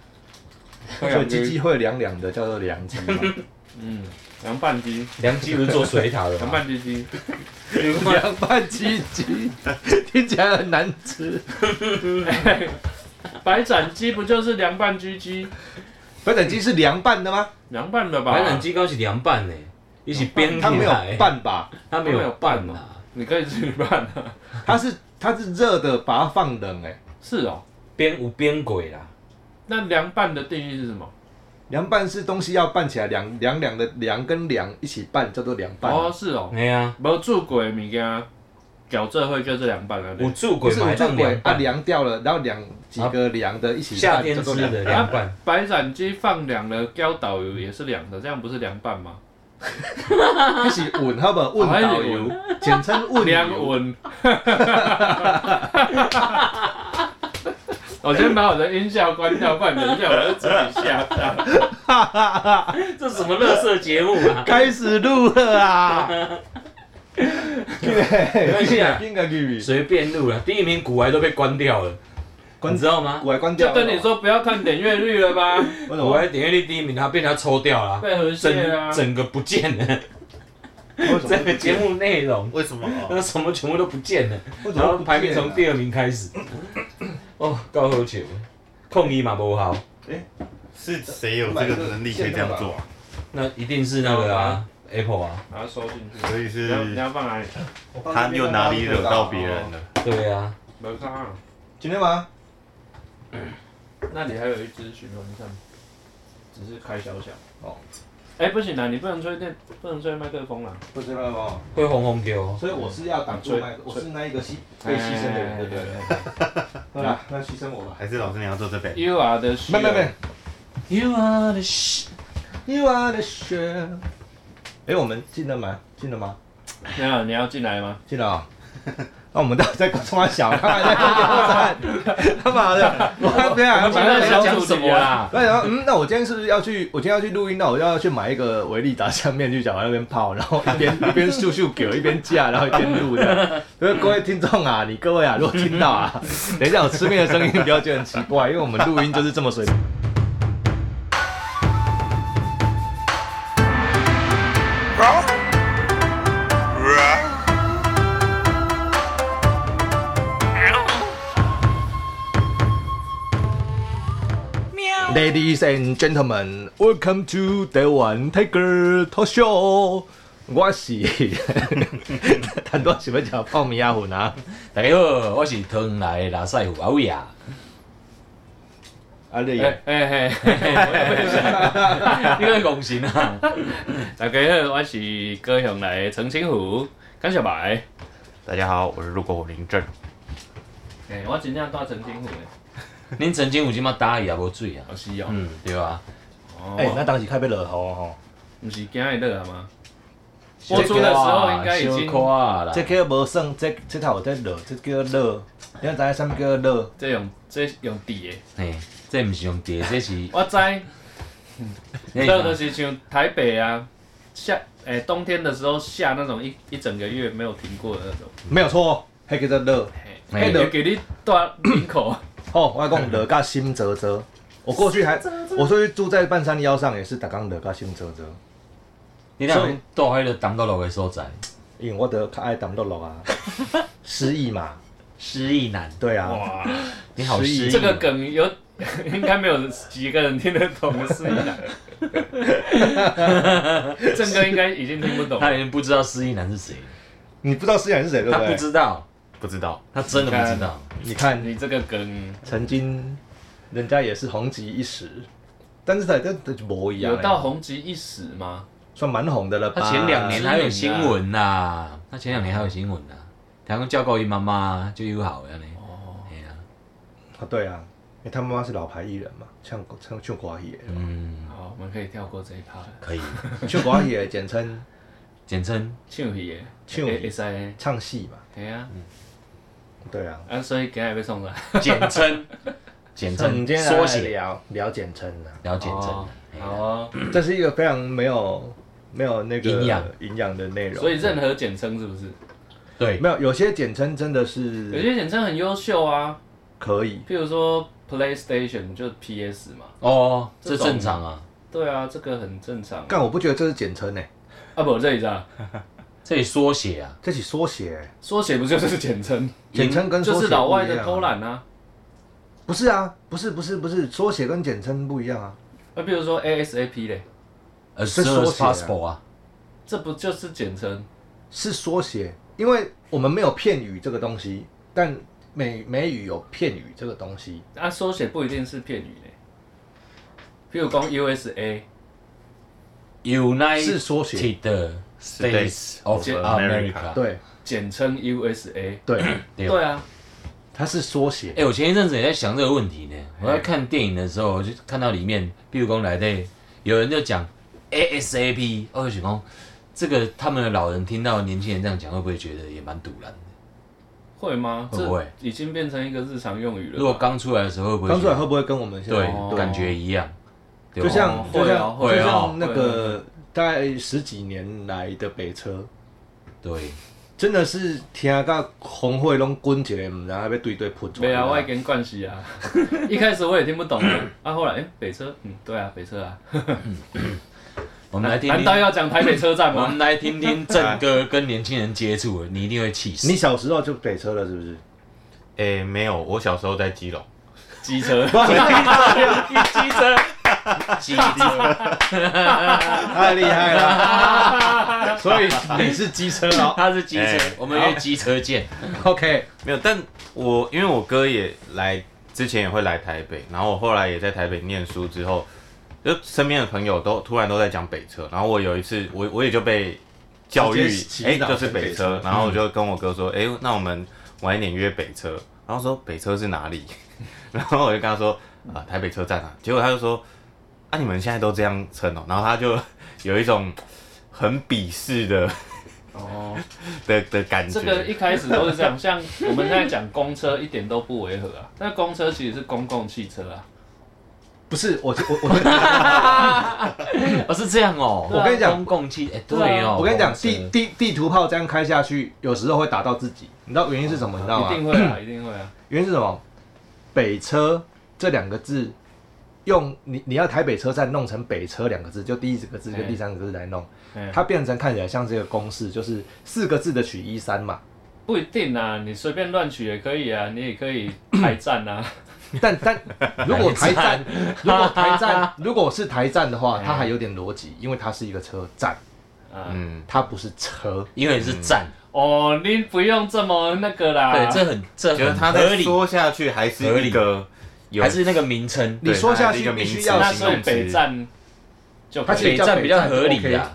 [SPEAKER 3] 会
[SPEAKER 2] 所
[SPEAKER 3] 啊
[SPEAKER 2] 以鸡鸡，会凉凉的，叫做凉鸡嘛。
[SPEAKER 3] 嗯，凉拌鸡，
[SPEAKER 1] 梁鸡不是做水 塔的
[SPEAKER 3] 凉
[SPEAKER 1] 吗？
[SPEAKER 3] 拌鸡鸡，
[SPEAKER 2] 凉拌鸡鸡听起来很难吃，
[SPEAKER 3] 白斩鸡不就是凉拌鸡鸡？
[SPEAKER 2] 白斩鸡是凉拌的吗？
[SPEAKER 3] 凉拌的吧？
[SPEAKER 1] 白斩，鸡高是凉拌呢，一起煸
[SPEAKER 2] 哦它没
[SPEAKER 1] 起
[SPEAKER 2] 有
[SPEAKER 1] 来，
[SPEAKER 2] 拌吧？
[SPEAKER 1] 它没有拌
[SPEAKER 3] 它没有拌
[SPEAKER 1] 嘛，
[SPEAKER 3] 你可以自己拌啊。
[SPEAKER 2] 它是它是热的，把它放冷、哎，
[SPEAKER 3] 是哦，
[SPEAKER 1] 煸无煸鬼啦，
[SPEAKER 3] 那凉拌的定义是什么？
[SPEAKER 2] 凉拌是东西要拌起来凉凉凉的凉跟凉一起拌，叫做凉拌。啊
[SPEAKER 3] 哦，是哦，
[SPEAKER 1] 哎呀，
[SPEAKER 3] 没做过的物件，搅这会就是凉拌了。
[SPEAKER 1] 五柱
[SPEAKER 2] 不
[SPEAKER 1] 鬼
[SPEAKER 2] 是
[SPEAKER 1] 买
[SPEAKER 2] 我做
[SPEAKER 1] 当凉
[SPEAKER 2] 鬼啊，
[SPEAKER 1] 拌，
[SPEAKER 2] 凉掉了，然后凉几个凉的一起
[SPEAKER 1] 夏
[SPEAKER 2] 拌
[SPEAKER 1] 天
[SPEAKER 2] 叫
[SPEAKER 1] 吃
[SPEAKER 2] 做凉
[SPEAKER 1] 的凉拌，
[SPEAKER 3] 白斩鸡放凉了，浇导游也是凉的，这样不是凉拌吗？
[SPEAKER 2] 一起稳，好不好？稳导游，简称稳
[SPEAKER 3] 凉
[SPEAKER 2] 游。
[SPEAKER 3] 温。 我先把我的音效关掉，不然等一下我就自己吓到。
[SPEAKER 1] 这什么乐色节目 啊？
[SPEAKER 2] 开始录了啊！没
[SPEAKER 1] 关系啊
[SPEAKER 2] 应该可以。
[SPEAKER 1] 随便录了，第一名古玩都被关掉了，
[SPEAKER 2] 关
[SPEAKER 1] 你知道吗？
[SPEAKER 2] 我还关啊掉
[SPEAKER 3] 就
[SPEAKER 2] 了。
[SPEAKER 3] 跟你说不要看点阅率了吧，
[SPEAKER 2] 为什
[SPEAKER 1] 古
[SPEAKER 2] 么，
[SPEAKER 1] 玩点阅率第一名，他被他抽掉了啊，
[SPEAKER 3] 被和谐啊
[SPEAKER 1] 整。整个不见了，
[SPEAKER 2] 为什么
[SPEAKER 1] 整个节目内容。
[SPEAKER 4] 为什么？哦
[SPEAKER 1] 那什么全部都不见了，
[SPEAKER 2] 为什
[SPEAKER 1] 然
[SPEAKER 2] 么
[SPEAKER 1] 后
[SPEAKER 2] 不见啊
[SPEAKER 1] 排名从第二名开始。哦，够好笑，控一嘛不好，
[SPEAKER 4] 是谁有这个能力可以这样做啊？
[SPEAKER 1] 那一定是那个啊，Apple 啊，
[SPEAKER 3] 把它收进去。
[SPEAKER 4] 所以是
[SPEAKER 3] 你要你要放哪里？
[SPEAKER 4] 他又哪里惹到别人？
[SPEAKER 3] 哦
[SPEAKER 4] 了？
[SPEAKER 1] 对啊，
[SPEAKER 3] 没看啊。
[SPEAKER 2] 今天吗？
[SPEAKER 3] 那里还有一只寻龙扇，只是开小小。
[SPEAKER 2] 哦，
[SPEAKER 3] 哎、不行啊，你不能吹电，不能吹麦克风啦。
[SPEAKER 2] 不知道吗？
[SPEAKER 1] 会红红丢。
[SPEAKER 2] 所以我是要挡住麦克，我是那一个牺被牺牲的人，对不
[SPEAKER 3] 哎
[SPEAKER 2] 对？对啦，那牺牲我吧。
[SPEAKER 4] 还是老师你要坐这边？
[SPEAKER 3] You are the
[SPEAKER 2] 没没没
[SPEAKER 1] You are the sh-
[SPEAKER 2] ，You are the s h i r 哎，我们进了吗？进了吗？
[SPEAKER 3] 没有，你要进来吗？
[SPEAKER 2] 记得啊、 那我们到底在冲他小，他还在跟我站，他妈的，我还不要，
[SPEAKER 3] 我们
[SPEAKER 2] 反
[SPEAKER 3] 今
[SPEAKER 2] 正
[SPEAKER 3] 天在
[SPEAKER 2] 想
[SPEAKER 3] 想
[SPEAKER 2] 讲。
[SPEAKER 3] 讲什么啦？
[SPEAKER 2] 那然后，嗯，那我今天是不是要去？我今天要去录音，那我就要去买一个维力炸酱面去小孩那边泡，然后一边一边咻咻给，一边架，然后一边录的。所以各位听众啊，你各位啊，如果听到啊，等一下我吃面的声音不要觉得很奇怪，因为我们录音就是这么随便。
[SPEAKER 1] 喵。
[SPEAKER 2] Ladies and gentlemen, welcome to the One Tiger Talk Show。我是，很多想要吃泡面啊粉啊，
[SPEAKER 1] 大家好，哎我是汤来的拉塞虎阿伟啊。
[SPEAKER 2] 啊你
[SPEAKER 3] 哎哎
[SPEAKER 1] 你个戆神啊！
[SPEAKER 3] 嘿，大家好，我是高雄来的澄清湖甘小白。
[SPEAKER 4] 大家好，我是陆国武林正。
[SPEAKER 3] 哎、我真正带澄清湖的，
[SPEAKER 1] 恁曾经有即马打伊也无水啊。
[SPEAKER 3] 我是哦、
[SPEAKER 1] 嗯，对啊。
[SPEAKER 3] 哦，
[SPEAKER 2] 哎，那当时开要落雨吼，
[SPEAKER 3] 不是今日热吗？
[SPEAKER 1] 小
[SPEAKER 3] 播
[SPEAKER 2] 啊
[SPEAKER 3] 出的时候应该已
[SPEAKER 1] 小
[SPEAKER 3] 经，
[SPEAKER 1] 可啊啦
[SPEAKER 2] 这。叫无算，这这头有在落，这叫落，你知影什么叫落？
[SPEAKER 3] 这用这用底的，
[SPEAKER 1] 嘿，这毋是用 叠，这是
[SPEAKER 3] 我知，
[SPEAKER 1] 那
[SPEAKER 3] 热就是像台北啊，下哎、冬天的时候下那种一一整个月没有停过的那种，
[SPEAKER 2] 没有错，迄叫做落。
[SPEAKER 3] 嘿，
[SPEAKER 1] 嘿
[SPEAKER 3] 那给你带领口，
[SPEAKER 2] 哦，我讲落甲心折折。我过去还，我过去住在半山腰上，也是逐工落甲心折折，
[SPEAKER 1] 你若到迄个淡到落的所在，
[SPEAKER 2] 因为我得较爱淡落落 啊，失忆嘛，
[SPEAKER 1] 失忆男，
[SPEAKER 2] 对啊。
[SPEAKER 3] 哇，
[SPEAKER 1] 你好
[SPEAKER 2] 失忆
[SPEAKER 1] 失忆。
[SPEAKER 3] 这个梗有 应该没有几个人听得懂，是的，啊郑哥应该已经听不懂，
[SPEAKER 1] 他已经不知道失忆男是谁，
[SPEAKER 2] 你不知道思远是谁，对
[SPEAKER 1] 他
[SPEAKER 2] 不
[SPEAKER 1] 不
[SPEAKER 2] 对？
[SPEAKER 1] 知道，
[SPEAKER 4] 不知道，
[SPEAKER 1] 他真的不知道。
[SPEAKER 2] 你看，
[SPEAKER 3] 你这个梗
[SPEAKER 2] 曾经人家也是红极一时，但是他这这就不一样
[SPEAKER 3] 有
[SPEAKER 2] 了，
[SPEAKER 3] 到红极一时吗？
[SPEAKER 2] 算蛮红的了吧？
[SPEAKER 1] 他前两年还有新闻呐，他前两年还有新闻呐，啊然后叫过伊妈妈就友好安尼。哦，嘿啊，
[SPEAKER 2] 啊，对啊，因为他妈妈是老牌艺人嘛，唱唱唱国语 的，
[SPEAKER 1] 嗯，
[SPEAKER 3] 好，我们可以跳过这一趴了。
[SPEAKER 1] 可以，
[SPEAKER 2] 唱国语的简称
[SPEAKER 1] 简称
[SPEAKER 3] 唱戏的，
[SPEAKER 2] 唱戏
[SPEAKER 3] 会会使的，
[SPEAKER 2] 唱戏嘛，
[SPEAKER 3] 系啊，
[SPEAKER 2] 对啊。
[SPEAKER 3] 啊，所以今日要送啥？
[SPEAKER 1] 简称
[SPEAKER 2] 我
[SPEAKER 1] 简
[SPEAKER 2] 们
[SPEAKER 1] 称
[SPEAKER 2] 今天来
[SPEAKER 1] 缩写
[SPEAKER 2] 啊聊聊简称啊，
[SPEAKER 1] 聊简称
[SPEAKER 3] 哦。好哦，
[SPEAKER 2] 这是一个非常没有没有那个
[SPEAKER 1] 营养
[SPEAKER 2] 营养的内容，
[SPEAKER 3] 所以任何简称是不是？
[SPEAKER 1] 对，
[SPEAKER 2] 没有有些简称真的
[SPEAKER 3] 有
[SPEAKER 2] 是
[SPEAKER 3] 些简称很优秀啊，
[SPEAKER 2] 可以，
[SPEAKER 3] 譬如说 PlayStation 就是 PS 嘛。
[SPEAKER 1] 哦，这
[SPEAKER 3] 这种
[SPEAKER 1] 正常啊，
[SPEAKER 3] 对啊，这个很正常。
[SPEAKER 2] 但我不觉得这是简称欸呢，
[SPEAKER 3] 啊不，这里啊，
[SPEAKER 1] 这里缩写啊，
[SPEAKER 2] 这是缩写欸，
[SPEAKER 3] 缩写不就是 简称？
[SPEAKER 2] 简称跟缩
[SPEAKER 3] 就
[SPEAKER 2] 写
[SPEAKER 3] 是老
[SPEAKER 2] 不
[SPEAKER 3] 外
[SPEAKER 2] 一
[SPEAKER 3] 的
[SPEAKER 2] 样啊
[SPEAKER 3] 偷懒啊。
[SPEAKER 2] 不是啊，不是不是不是，缩写跟简称不一样啊。
[SPEAKER 3] 那譬如说 ASAP 嘞，
[SPEAKER 1] as
[SPEAKER 2] 这缩
[SPEAKER 1] soon as
[SPEAKER 2] 写啊
[SPEAKER 1] possible 啊，
[SPEAKER 3] 这不就是简称？
[SPEAKER 2] 是缩写，因为我们没有片语这个东西，但美美语有片语这个东西。
[SPEAKER 3] 啊，缩写不一定是片语嘞。譬如讲 USA，
[SPEAKER 2] 是
[SPEAKER 1] United
[SPEAKER 2] 缩写
[SPEAKER 1] States of
[SPEAKER 4] States of
[SPEAKER 1] America。
[SPEAKER 4] America
[SPEAKER 2] 对
[SPEAKER 3] 啊简称 USA。
[SPEAKER 2] 对，
[SPEAKER 1] 对
[SPEAKER 3] 对啊，
[SPEAKER 2] 它是缩写。
[SPEAKER 1] 哎、我前一阵子也在想这个问题呢。我在看电影的时候，我就看到里面，比如讲来的有人就讲 ASAP，我就想讲这个他们的老人听到年轻人这样讲，会不会觉得也蛮堵然的？
[SPEAKER 3] 会吗？
[SPEAKER 1] 会不会
[SPEAKER 3] 这已经变成一个日常用语了吧？
[SPEAKER 1] 如果刚出来的时候，会不会
[SPEAKER 2] 刚出来
[SPEAKER 1] 觉
[SPEAKER 2] 会不会跟我们现
[SPEAKER 1] 得对、
[SPEAKER 2] 在
[SPEAKER 3] 哦
[SPEAKER 1] 感觉一样？对吧
[SPEAKER 2] 就像
[SPEAKER 3] 哦
[SPEAKER 2] 就像
[SPEAKER 3] 会
[SPEAKER 2] 就
[SPEAKER 1] 哦
[SPEAKER 2] 像
[SPEAKER 1] 会哦
[SPEAKER 2] 那个大概十几年来的北车，
[SPEAKER 1] 对，
[SPEAKER 2] 真的是听到红会拢滚起来，唔然还被对对扑出
[SPEAKER 3] 没
[SPEAKER 2] 来。
[SPEAKER 3] 啊，我已经惯习啊。 一开始我也听不懂啊，啊，后来哎、诶北车，嗯，对啊，北车啊。
[SPEAKER 1] 我们来
[SPEAKER 3] 难
[SPEAKER 1] 听
[SPEAKER 3] 难道
[SPEAKER 1] 听，
[SPEAKER 3] 要讲台北车站
[SPEAKER 1] 我
[SPEAKER 3] 吗？
[SPEAKER 1] 们来听听郑哥跟年轻人接触了，你一定会气 死。
[SPEAKER 2] 你小时候就北车了，是不是？
[SPEAKER 4] 诶、没有，我小时候在基隆，
[SPEAKER 3] 机车，
[SPEAKER 1] 机车，机车，
[SPEAKER 2] 太厉害了！所以你是机车佬。
[SPEAKER 1] 他是机车
[SPEAKER 4] 哎，
[SPEAKER 1] 我们约机车见。
[SPEAKER 2] OK，
[SPEAKER 4] 没有。但我因为我哥也来，之前也会来台北，然后我后来也在台北念书之后，就身边的朋友都突然都在讲北车，然后我有一次，我我也就被教育
[SPEAKER 2] 直接，洗
[SPEAKER 4] 诶，
[SPEAKER 2] 脑
[SPEAKER 4] 就是
[SPEAKER 2] 成北
[SPEAKER 4] 北
[SPEAKER 2] 车
[SPEAKER 4] 车，然后我就跟我哥说，诶，那我们晚一点约北车，然后说北车是哪里， 然后我就跟他说啊、台北车站啊，结果他就说啊你们现在都这样称哦，然后他就有一种很鄙视的
[SPEAKER 3] 哦，
[SPEAKER 4] 的的感觉，
[SPEAKER 3] 这个一开始都是这样，像我们现在讲公车一点都不违和啊，那公车其实是公共汽车啊，
[SPEAKER 2] 不是我我我
[SPEAKER 1] 哦，是这样哦。
[SPEAKER 2] 我跟你讲
[SPEAKER 1] 公共汽，哎，
[SPEAKER 3] 对啊
[SPEAKER 1] 对哦。
[SPEAKER 2] 我跟你讲，
[SPEAKER 1] 公车
[SPEAKER 2] 地地地图炮这样开下去，有时候会打到自己。你知道原因是什么？你知道吗
[SPEAKER 1] 哦
[SPEAKER 3] 一？定会 啊，一定会啊，
[SPEAKER 2] 原因是什么？北车这两个字，用你你要台北车站弄成北车两个字，就第一个字跟第三个字来弄，
[SPEAKER 3] 嗯
[SPEAKER 2] 它变成看起来像这个公式，就是四个字的取 一三嘛。
[SPEAKER 3] 不一定啊，你随便乱取也可以啊，你也可以开站啊，
[SPEAKER 2] 但但如果台站，如果台站， 如果是台站的话，
[SPEAKER 1] 哎
[SPEAKER 2] 它还有点逻辑，因为它是一个车站，
[SPEAKER 3] 嗯，
[SPEAKER 4] 嗯，
[SPEAKER 2] 它不是车。
[SPEAKER 1] 因为是站，
[SPEAKER 3] 哦，你不用这么那个啦。
[SPEAKER 1] 对，这很这
[SPEAKER 4] 觉得
[SPEAKER 1] 很
[SPEAKER 4] 他
[SPEAKER 1] 合
[SPEAKER 4] 在
[SPEAKER 1] 理，
[SPEAKER 4] 说下去还是一个有
[SPEAKER 1] 还是那个名称，
[SPEAKER 2] 你说下去
[SPEAKER 4] 它还
[SPEAKER 2] 必
[SPEAKER 4] 是一个名
[SPEAKER 2] 须
[SPEAKER 4] 词
[SPEAKER 2] 要
[SPEAKER 3] 那
[SPEAKER 4] 形
[SPEAKER 3] 所
[SPEAKER 4] 容
[SPEAKER 3] 以北
[SPEAKER 4] 词
[SPEAKER 3] 站就可
[SPEAKER 2] 它其
[SPEAKER 3] 以
[SPEAKER 2] 实
[SPEAKER 1] 北
[SPEAKER 2] 叫
[SPEAKER 1] 站比较
[SPEAKER 2] 北站
[SPEAKER 1] 合理
[SPEAKER 2] 就 OK
[SPEAKER 1] 啦。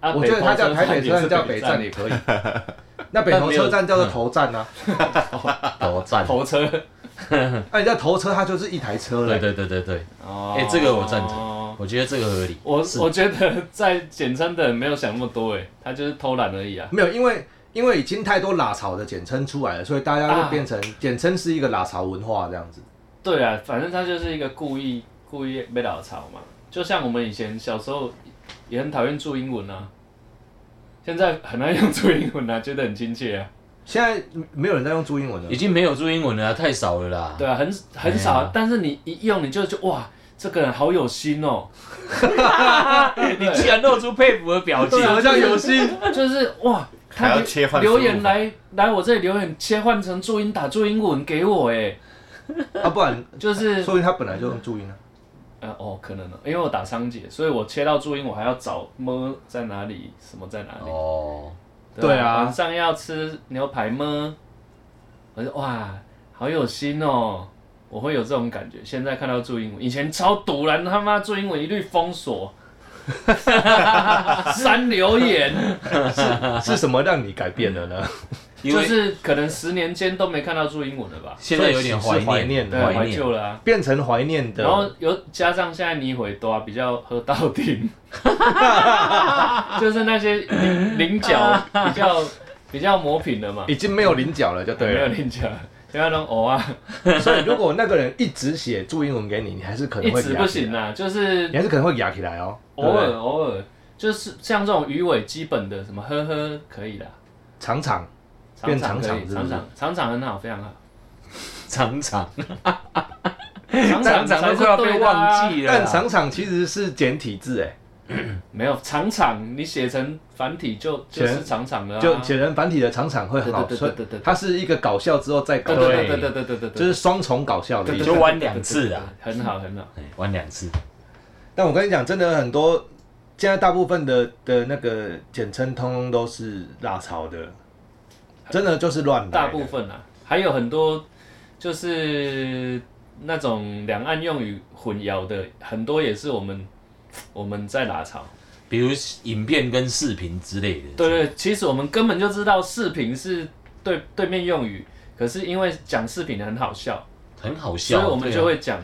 [SPEAKER 3] 啊，
[SPEAKER 2] 我觉得它叫台北车
[SPEAKER 3] 也
[SPEAKER 2] 站
[SPEAKER 3] 是
[SPEAKER 2] 叫北站也可以。那北投车站叫做头站啊，
[SPEAKER 1] 头站，
[SPEAKER 4] 哦
[SPEAKER 3] 头车。
[SPEAKER 2] 那啊你叫头车，它就是一台车
[SPEAKER 1] 对
[SPEAKER 2] 了。
[SPEAKER 1] 对对对对，
[SPEAKER 3] 哦
[SPEAKER 1] 哎这个我赞成。我觉得这个合理。
[SPEAKER 3] 我
[SPEAKER 1] 是
[SPEAKER 3] 我觉得在简称的人没有想那么多，哎，他就是偷懒而已啊。
[SPEAKER 2] 没有，因为因为已经太多喇槽的简称出来了，所以大家就变成简称是一个喇槽文化这样子。
[SPEAKER 3] 对啊，反正他就是一个故意故意被老吵嘛。就像我们以前小时候也很讨厌注英文啊，现在很难用注英文啊，觉得很亲切啊。
[SPEAKER 2] 现在没有人在用注英文了
[SPEAKER 1] 已，经没有注英文了啊，太少了啦。
[SPEAKER 3] 对啊，很很少，
[SPEAKER 1] 哎呀
[SPEAKER 3] 但是你一用你就就哇，这个人好有 心哦，
[SPEAKER 1] 你竟然露出佩服的表情
[SPEAKER 2] 什，么叫游戏？
[SPEAKER 3] 就是哇，他
[SPEAKER 4] 还要
[SPEAKER 3] 留
[SPEAKER 4] 切换输入
[SPEAKER 3] 留言来来我这里留言，切换成注音打注英文给我哎，
[SPEAKER 2] 啊，不然
[SPEAKER 3] 就是
[SPEAKER 2] 说明他本来就用注音啊。
[SPEAKER 3] 呃哦，可能哦因为我打商姐，所以我切到注音，我还要找么在哪里，什么在哪里。
[SPEAKER 1] 哦，
[SPEAKER 2] 对啊
[SPEAKER 3] 晚上要吃牛排吗？我说哇，好有心哦，我会有这种感觉。现在看到注英文，以前超堵然，他妈注英文一律封锁， 删留言，
[SPEAKER 2] 是什么让你改变了呢？
[SPEAKER 1] 因
[SPEAKER 3] 就
[SPEAKER 1] 为
[SPEAKER 3] 是可能十年间都没看到注英文了吧？
[SPEAKER 1] 现在有点
[SPEAKER 2] 所以是怀
[SPEAKER 1] 怀
[SPEAKER 2] 念
[SPEAKER 1] 念，
[SPEAKER 2] 的
[SPEAKER 3] 对，
[SPEAKER 2] 怀
[SPEAKER 3] 怀旧了啊。
[SPEAKER 2] 变成怀念的，
[SPEAKER 3] 然后有加上现在你回多啊，比较喝到顶，就是那些菱菱角比较比较磨平了嘛，
[SPEAKER 2] 已经没有菱角了，就对
[SPEAKER 3] 没有
[SPEAKER 2] 了。
[SPEAKER 3] 菱角，就那种藕啊，
[SPEAKER 2] 所以如果那个人一直写注英文给你，你还是可
[SPEAKER 3] 一
[SPEAKER 2] 能会
[SPEAKER 3] 直
[SPEAKER 2] 压
[SPEAKER 3] 不
[SPEAKER 2] 起来
[SPEAKER 3] 行啊，就是
[SPEAKER 2] 你还是可能会压起来哦。
[SPEAKER 3] 偶
[SPEAKER 2] 对
[SPEAKER 3] 尔
[SPEAKER 2] 不对
[SPEAKER 3] 偶尔，就是像这种鱼尾基本的什么呵呵可以啦，
[SPEAKER 2] 常常
[SPEAKER 3] 常
[SPEAKER 2] 变
[SPEAKER 3] 常可
[SPEAKER 2] 长
[SPEAKER 3] 以，
[SPEAKER 2] 长是不
[SPEAKER 3] 常
[SPEAKER 2] 是
[SPEAKER 3] 常常常很好，非常好，
[SPEAKER 1] 常常
[SPEAKER 3] 常
[SPEAKER 1] 常常
[SPEAKER 3] 才
[SPEAKER 1] 都
[SPEAKER 3] 是
[SPEAKER 1] 快要被
[SPEAKER 3] 对的啊
[SPEAKER 1] 忘，记了
[SPEAKER 2] 但
[SPEAKER 1] 啦。
[SPEAKER 2] 常常其实是简体字，哎，
[SPEAKER 3] 没有常常你写成繁体就就是
[SPEAKER 2] 全
[SPEAKER 3] 常常了啊，
[SPEAKER 2] 就写人繁体的常常会很好，
[SPEAKER 3] 对对对
[SPEAKER 2] 所以
[SPEAKER 3] 对对对
[SPEAKER 2] 它是一个搞笑之后再搞
[SPEAKER 3] 对
[SPEAKER 2] 笑，
[SPEAKER 3] 对对对对对对，
[SPEAKER 2] 就是双重搞笑的意
[SPEAKER 1] 你
[SPEAKER 2] 思。
[SPEAKER 1] 就弯两次啊，
[SPEAKER 3] 很好很好。
[SPEAKER 1] 哎玩两次，
[SPEAKER 2] 但我跟你讲，真的很多，现在大部分的的那个简称，通通都是辣潮的，真的就是乱来的
[SPEAKER 3] 大部分啊，还有很多就是那种两岸用语混淆的，很多也是我们我们在拉槽。
[SPEAKER 1] 比如影片跟视频之类的。
[SPEAKER 3] 对对，其实我们根本就知道视频是对对面用语，可是因为讲视频很好笑，
[SPEAKER 1] 很好笑，
[SPEAKER 3] 所以我们
[SPEAKER 1] 对啊
[SPEAKER 3] 就会讲、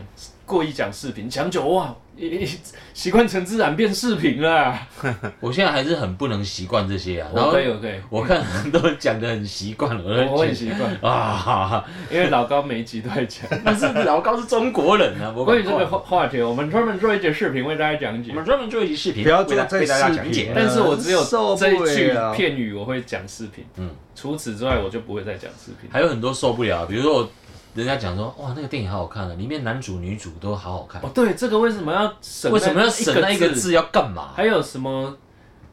[SPEAKER 3] 故意讲视频，讲久哇，一一习惯成自然变视频啊啦。
[SPEAKER 1] 我现在还是很不能习惯这些 啊。然
[SPEAKER 3] 我
[SPEAKER 1] 后
[SPEAKER 3] 可以我可以，
[SPEAKER 1] 我看很多人讲的很习惯，我
[SPEAKER 3] 我
[SPEAKER 1] 都
[SPEAKER 3] 会
[SPEAKER 1] 觉
[SPEAKER 3] 习惯，
[SPEAKER 1] 得啊，
[SPEAKER 3] 因为老高每一集都在讲。
[SPEAKER 1] 但是老高是中国人啊，我
[SPEAKER 3] 关于 这个话话题，我们专门做一节视频为大家讲解
[SPEAKER 1] 我。们专门做一集视频，
[SPEAKER 2] 不要
[SPEAKER 1] 为
[SPEAKER 2] 做
[SPEAKER 1] 大
[SPEAKER 2] 这
[SPEAKER 1] 为大家
[SPEAKER 2] 视
[SPEAKER 1] 讲
[SPEAKER 2] 频
[SPEAKER 1] 解。
[SPEAKER 3] 但是我只有
[SPEAKER 2] 受不
[SPEAKER 3] 这一句
[SPEAKER 2] 了
[SPEAKER 3] 片语我会讲视频，
[SPEAKER 1] 嗯
[SPEAKER 3] 除此之外我就不会再讲视频。
[SPEAKER 1] 还有很多受不了，比如说我人家讲说，哇，那个电影好好看啊，里面男主女主都好好看
[SPEAKER 3] 哦，，对，这个为什么要省？
[SPEAKER 1] 为什么要省那一个？字要干嘛？
[SPEAKER 3] 还有什么？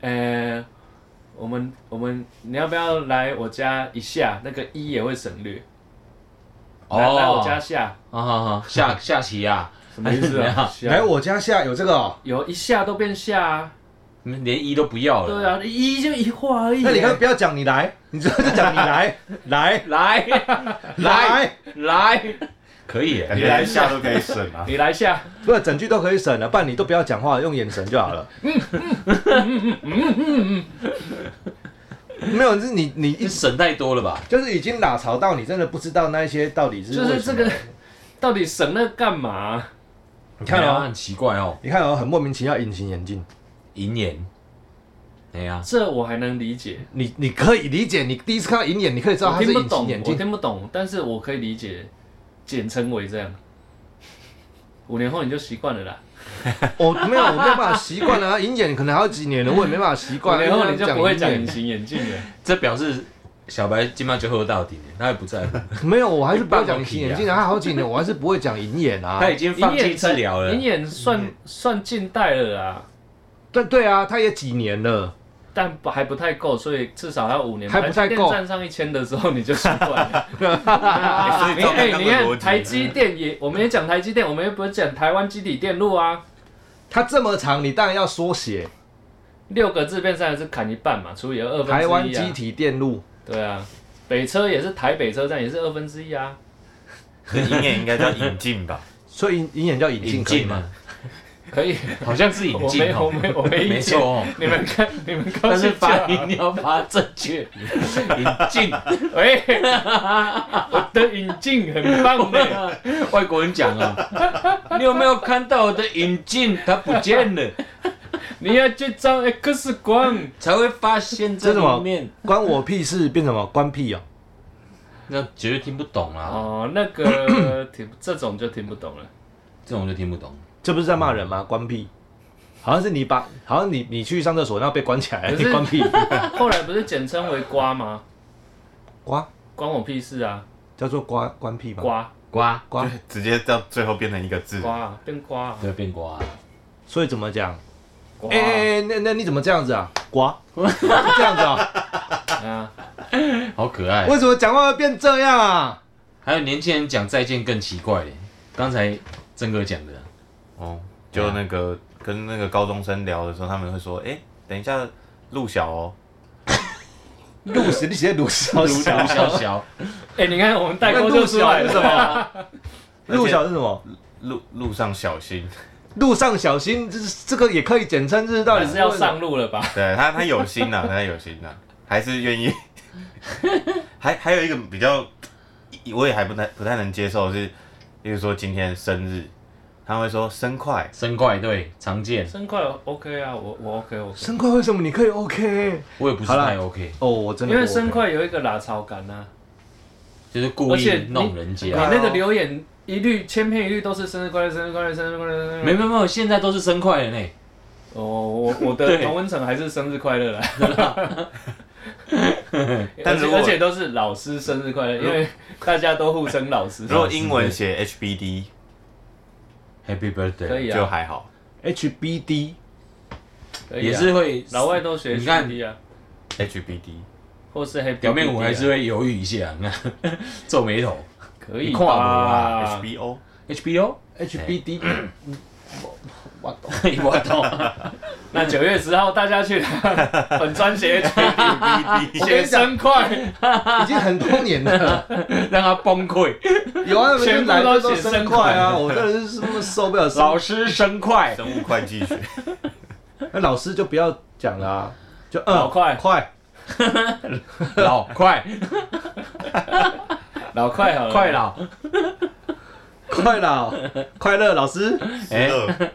[SPEAKER 3] 呃，我们我们你要不要来我家一下？那个一也会省略。来来我家下
[SPEAKER 1] 啊啊，下下棋啊，
[SPEAKER 3] 什么意思啊？
[SPEAKER 2] 来
[SPEAKER 3] 下
[SPEAKER 2] 我家下有这个哦，
[SPEAKER 3] 有一下都变下啊，
[SPEAKER 1] 你们连一都不要了。
[SPEAKER 3] 对啊，一就一画而已。欸
[SPEAKER 2] 那你看不要讲你来，你只要就讲你来来
[SPEAKER 1] 来
[SPEAKER 2] 来，
[SPEAKER 1] 来，可以耶，
[SPEAKER 4] 感觉连下都可以省 啊。
[SPEAKER 3] 你来下，
[SPEAKER 2] 不是整句都可以省了，不然你都不要讲话，用眼神就好了。没有，是你你
[SPEAKER 1] 你
[SPEAKER 2] 一
[SPEAKER 1] 省太多了吧？
[SPEAKER 2] 就是已经打槽到你真的不知道那一些到底是
[SPEAKER 3] 就是
[SPEAKER 2] 为什
[SPEAKER 3] 这
[SPEAKER 2] 么
[SPEAKER 3] 个，到底省那干嘛？
[SPEAKER 2] 你看
[SPEAKER 1] 啊，
[SPEAKER 2] 哦，
[SPEAKER 1] 很奇怪哦，
[SPEAKER 2] 你看哦，很莫名其妙隐形眼镜。
[SPEAKER 1] 银眼，哎呀，
[SPEAKER 3] 这我还能理解，
[SPEAKER 2] 你你可以理解，你第一次看到银眼，你可以知道
[SPEAKER 3] 我
[SPEAKER 2] 啊它是
[SPEAKER 3] 听不
[SPEAKER 2] 隐
[SPEAKER 3] 懂
[SPEAKER 2] 形，眼
[SPEAKER 3] 我
[SPEAKER 2] 镜。
[SPEAKER 3] 听不懂，但是我可以理解，简称为这样。五年后你就习惯了啦，
[SPEAKER 2] 我没有，我没有办法习惯啊，银眼可能好几年了，我也没办法习
[SPEAKER 3] 五
[SPEAKER 2] 惯。
[SPEAKER 3] 年后你就不会讲
[SPEAKER 2] 因为
[SPEAKER 3] 隐形眼镜了。
[SPEAKER 1] 这表示小白今晚就喝到底了，他也不在乎，
[SPEAKER 2] 没有，我还是不会讲隐形眼镜啊，它好几年我还是不会讲银眼啊
[SPEAKER 1] 他。已经放弃治疗了
[SPEAKER 3] 银。眼算算近代了啦，
[SPEAKER 2] 对对啊，它也几年了。
[SPEAKER 3] 但不还不太够，所以至少要五年。
[SPEAKER 2] 还不太
[SPEAKER 3] 台积电
[SPEAKER 2] 够
[SPEAKER 3] 站上一千的时候你就习惯 了。啊
[SPEAKER 4] 所以
[SPEAKER 3] 你
[SPEAKER 4] 照
[SPEAKER 3] 哎、
[SPEAKER 4] 刚刚
[SPEAKER 3] 你
[SPEAKER 4] 的逻
[SPEAKER 3] 看
[SPEAKER 4] 辑
[SPEAKER 3] 台积电也，我们也讲台积电，我们也不是讲台湾基底电路啊，
[SPEAKER 2] 它这么长，你当然要缩写
[SPEAKER 3] 六个字变三个字砍一半嘛，除以二分之一、啊。
[SPEAKER 2] 台湾机体电路。
[SPEAKER 3] 对啊，北车也是台北车站也是二分之一啊。
[SPEAKER 4] 可是鹰眼应该叫引进吧？
[SPEAKER 2] 所以银眼叫引进
[SPEAKER 1] 引
[SPEAKER 2] 可以
[SPEAKER 1] 进
[SPEAKER 2] 吗？
[SPEAKER 1] 嘛，
[SPEAKER 3] 可以，
[SPEAKER 1] 好像是引
[SPEAKER 3] 我
[SPEAKER 1] 进
[SPEAKER 3] 没我
[SPEAKER 1] 哦，
[SPEAKER 3] 没我没意
[SPEAKER 1] 没
[SPEAKER 3] 见
[SPEAKER 1] 错。哦。
[SPEAKER 3] 你们看，你们高
[SPEAKER 1] 但是
[SPEAKER 3] 兴就好
[SPEAKER 1] 发音你要发正确，引进，
[SPEAKER 3] 喂，哎 我的引进很棒的，
[SPEAKER 1] 外国人讲啊，你有没有看到我的引进它不见了，
[SPEAKER 3] 你要去照 X 光。
[SPEAKER 1] 才会发现这
[SPEAKER 2] 这什么
[SPEAKER 1] 里面，
[SPEAKER 2] 关我屁事，变什么关屁哦？
[SPEAKER 1] 那绝对听不懂啊，
[SPEAKER 3] 哦，那个 听这种就听不懂了。
[SPEAKER 1] 这种就听不懂。
[SPEAKER 2] 这不是在骂人
[SPEAKER 3] 嗯
[SPEAKER 2] 吗？关屁，好像是你把，好像你你去上厕所，然后被关起来，
[SPEAKER 3] 可
[SPEAKER 2] 你
[SPEAKER 3] 是
[SPEAKER 2] 关屁，
[SPEAKER 3] 后来不是简称为瓜吗？
[SPEAKER 2] 瓜
[SPEAKER 3] 关我屁事啊！
[SPEAKER 2] 叫做瓜关屁吗？
[SPEAKER 3] 瓜
[SPEAKER 1] 瓜
[SPEAKER 2] 瓜，
[SPEAKER 4] 直接到最后变成一个字，
[SPEAKER 3] 瓜啊，变瓜啊，
[SPEAKER 1] 对变瓜啊，
[SPEAKER 2] 所以怎么讲？
[SPEAKER 3] 瓜
[SPEAKER 2] 哎哎
[SPEAKER 3] 啊
[SPEAKER 2] 哎，那那你怎么这样子啊？瓜 这样子 啊？
[SPEAKER 3] 啊！
[SPEAKER 1] 好可爱。
[SPEAKER 2] 为什么讲话会变这样啊？
[SPEAKER 1] 还有年轻人讲再见更奇怪嘞，刚才曾哥讲的 啊，
[SPEAKER 4] 哦，就那个跟那个高中生聊的时候，他们会说，哎，等一下陆小哦，
[SPEAKER 2] 录死你直接录死
[SPEAKER 1] 卢卢小小，
[SPEAKER 3] 哎，你看我们代沟
[SPEAKER 2] 那
[SPEAKER 3] 就
[SPEAKER 2] 陆
[SPEAKER 3] 出来
[SPEAKER 2] 小是什
[SPEAKER 3] 了。
[SPEAKER 2] 么？陆小是什么？
[SPEAKER 4] 路路上小心。
[SPEAKER 2] 路上小心，这是这个也可以简称，这是到
[SPEAKER 3] 到底
[SPEAKER 2] 底
[SPEAKER 3] 是要上路了吧？
[SPEAKER 4] 对他，他有心 呐、他有心呐、啊还是愿意。 还还有一个比较，我也还不太不太能接受的是，例如说今天生日，他会说生快，
[SPEAKER 1] 生快对常见，
[SPEAKER 3] 生快 OK 啊，我我 OK OK，
[SPEAKER 2] 生快为什么你可以 OK？
[SPEAKER 1] 我也不是
[SPEAKER 2] 好啦
[SPEAKER 1] 太 OK，
[SPEAKER 2] 哦，我真的
[SPEAKER 3] 因
[SPEAKER 2] 不
[SPEAKER 3] 为
[SPEAKER 2] OK
[SPEAKER 3] 生快有一个拉槽感啊呐。
[SPEAKER 1] 就是故
[SPEAKER 3] 而且
[SPEAKER 1] 意
[SPEAKER 3] 你
[SPEAKER 1] 弄人
[SPEAKER 3] 你
[SPEAKER 1] 家。
[SPEAKER 3] 那个留言一律千篇一律都是生日快乐，生日快乐，生日快乐。生日快
[SPEAKER 1] 没
[SPEAKER 3] 乐
[SPEAKER 1] 没没有，现在都是生快了呢。
[SPEAKER 3] 哦，我我 的
[SPEAKER 1] 对
[SPEAKER 3] 同温层还是生日快 乐啦。
[SPEAKER 4] 但
[SPEAKER 3] 而且
[SPEAKER 4] 如果
[SPEAKER 3] 而且都是老师生日快乐，因为 大家都互称老师。
[SPEAKER 4] 如果英文写 HBD
[SPEAKER 1] Happy birthday，
[SPEAKER 3] 可以
[SPEAKER 4] 就
[SPEAKER 3] 啊，
[SPEAKER 4] 还好。
[SPEAKER 2] HBD
[SPEAKER 3] 可以啊
[SPEAKER 1] 也是会
[SPEAKER 3] 老外都学
[SPEAKER 1] 你看
[SPEAKER 3] HBD 啊，
[SPEAKER 4] HBD
[SPEAKER 3] 或是 Happy 啊
[SPEAKER 1] 表面我还是
[SPEAKER 3] 会
[SPEAKER 1] 会犹豫一下， 你看皱眉头。
[SPEAKER 3] 可以
[SPEAKER 1] 你看我啊
[SPEAKER 3] 吧？
[SPEAKER 4] HBO
[SPEAKER 1] HBO，
[SPEAKER 2] 哎
[SPEAKER 3] 哎
[SPEAKER 2] HBD，我懂。
[SPEAKER 1] 我懂，
[SPEAKER 3] 那九月十号大家去 本专写
[SPEAKER 4] HBD
[SPEAKER 3] 写生快，
[SPEAKER 2] 已经很多年 了，
[SPEAKER 1] 让他崩溃。
[SPEAKER 2] 有啊，全
[SPEAKER 3] 全
[SPEAKER 2] 部
[SPEAKER 3] 部都
[SPEAKER 2] 都
[SPEAKER 3] 写
[SPEAKER 2] 写
[SPEAKER 3] 生
[SPEAKER 2] 生
[SPEAKER 3] 快
[SPEAKER 2] 快啊！我真的是这么受不了生。
[SPEAKER 1] 老师生快，
[SPEAKER 4] 生物会 计学，
[SPEAKER 2] 那老师就不要讲了啊，就嗯，
[SPEAKER 3] 老快
[SPEAKER 2] 快，
[SPEAKER 1] 老快
[SPEAKER 3] 老快好了，
[SPEAKER 1] 快老，
[SPEAKER 2] 快啦， 快乐老师，
[SPEAKER 1] 哎，
[SPEAKER 4] 二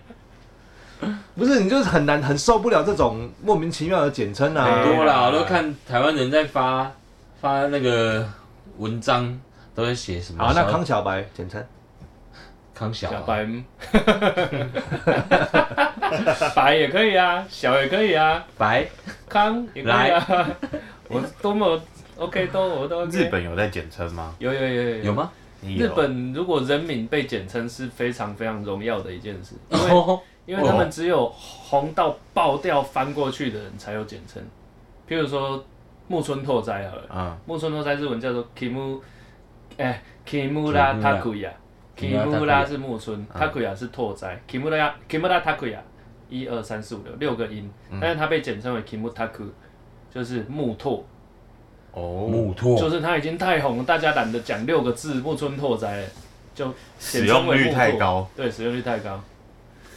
[SPEAKER 2] 不是你就是很难很受不了这种莫名其妙的简称
[SPEAKER 1] 很
[SPEAKER 2] 啊。
[SPEAKER 1] 多啦，我都看台湾人在发发那个文章，都在写什么
[SPEAKER 2] 好，
[SPEAKER 1] 小？
[SPEAKER 2] 那康小白简称，
[SPEAKER 1] 康小啊
[SPEAKER 3] 小白，白也可以啊，小也可以啊，
[SPEAKER 1] 白
[SPEAKER 3] 康也可以啊， 我多么 OK 都我都 OK
[SPEAKER 4] 日本有在简称吗？
[SPEAKER 3] 有有有有
[SPEAKER 1] 有？吗？
[SPEAKER 4] 日
[SPEAKER 3] 日本如果人名被简称是非常非常荣耀的一件事，因为
[SPEAKER 1] 哦，
[SPEAKER 3] 因为他们只有红到爆掉翻过去的人才有简称，譬如说木村拓哉好了，
[SPEAKER 4] 啊，
[SPEAKER 3] 木村拓哉日文叫做 Kimu，哎、Kimura Takuya。Kimura
[SPEAKER 1] Kimura
[SPEAKER 3] 是木村，Takuya
[SPEAKER 4] 啊
[SPEAKER 3] 是拓哉，Kimura Kimura Takuya 一二三四五六六个音，
[SPEAKER 4] 嗯
[SPEAKER 3] 但是它被简称为 Kimutaku，就是木拓，
[SPEAKER 4] 哦，
[SPEAKER 1] 木拓
[SPEAKER 3] 就，是他已经太红了，大家懒得讲六个字木村拓哉了，就
[SPEAKER 4] 使用率太高，
[SPEAKER 3] 对，使用率太高，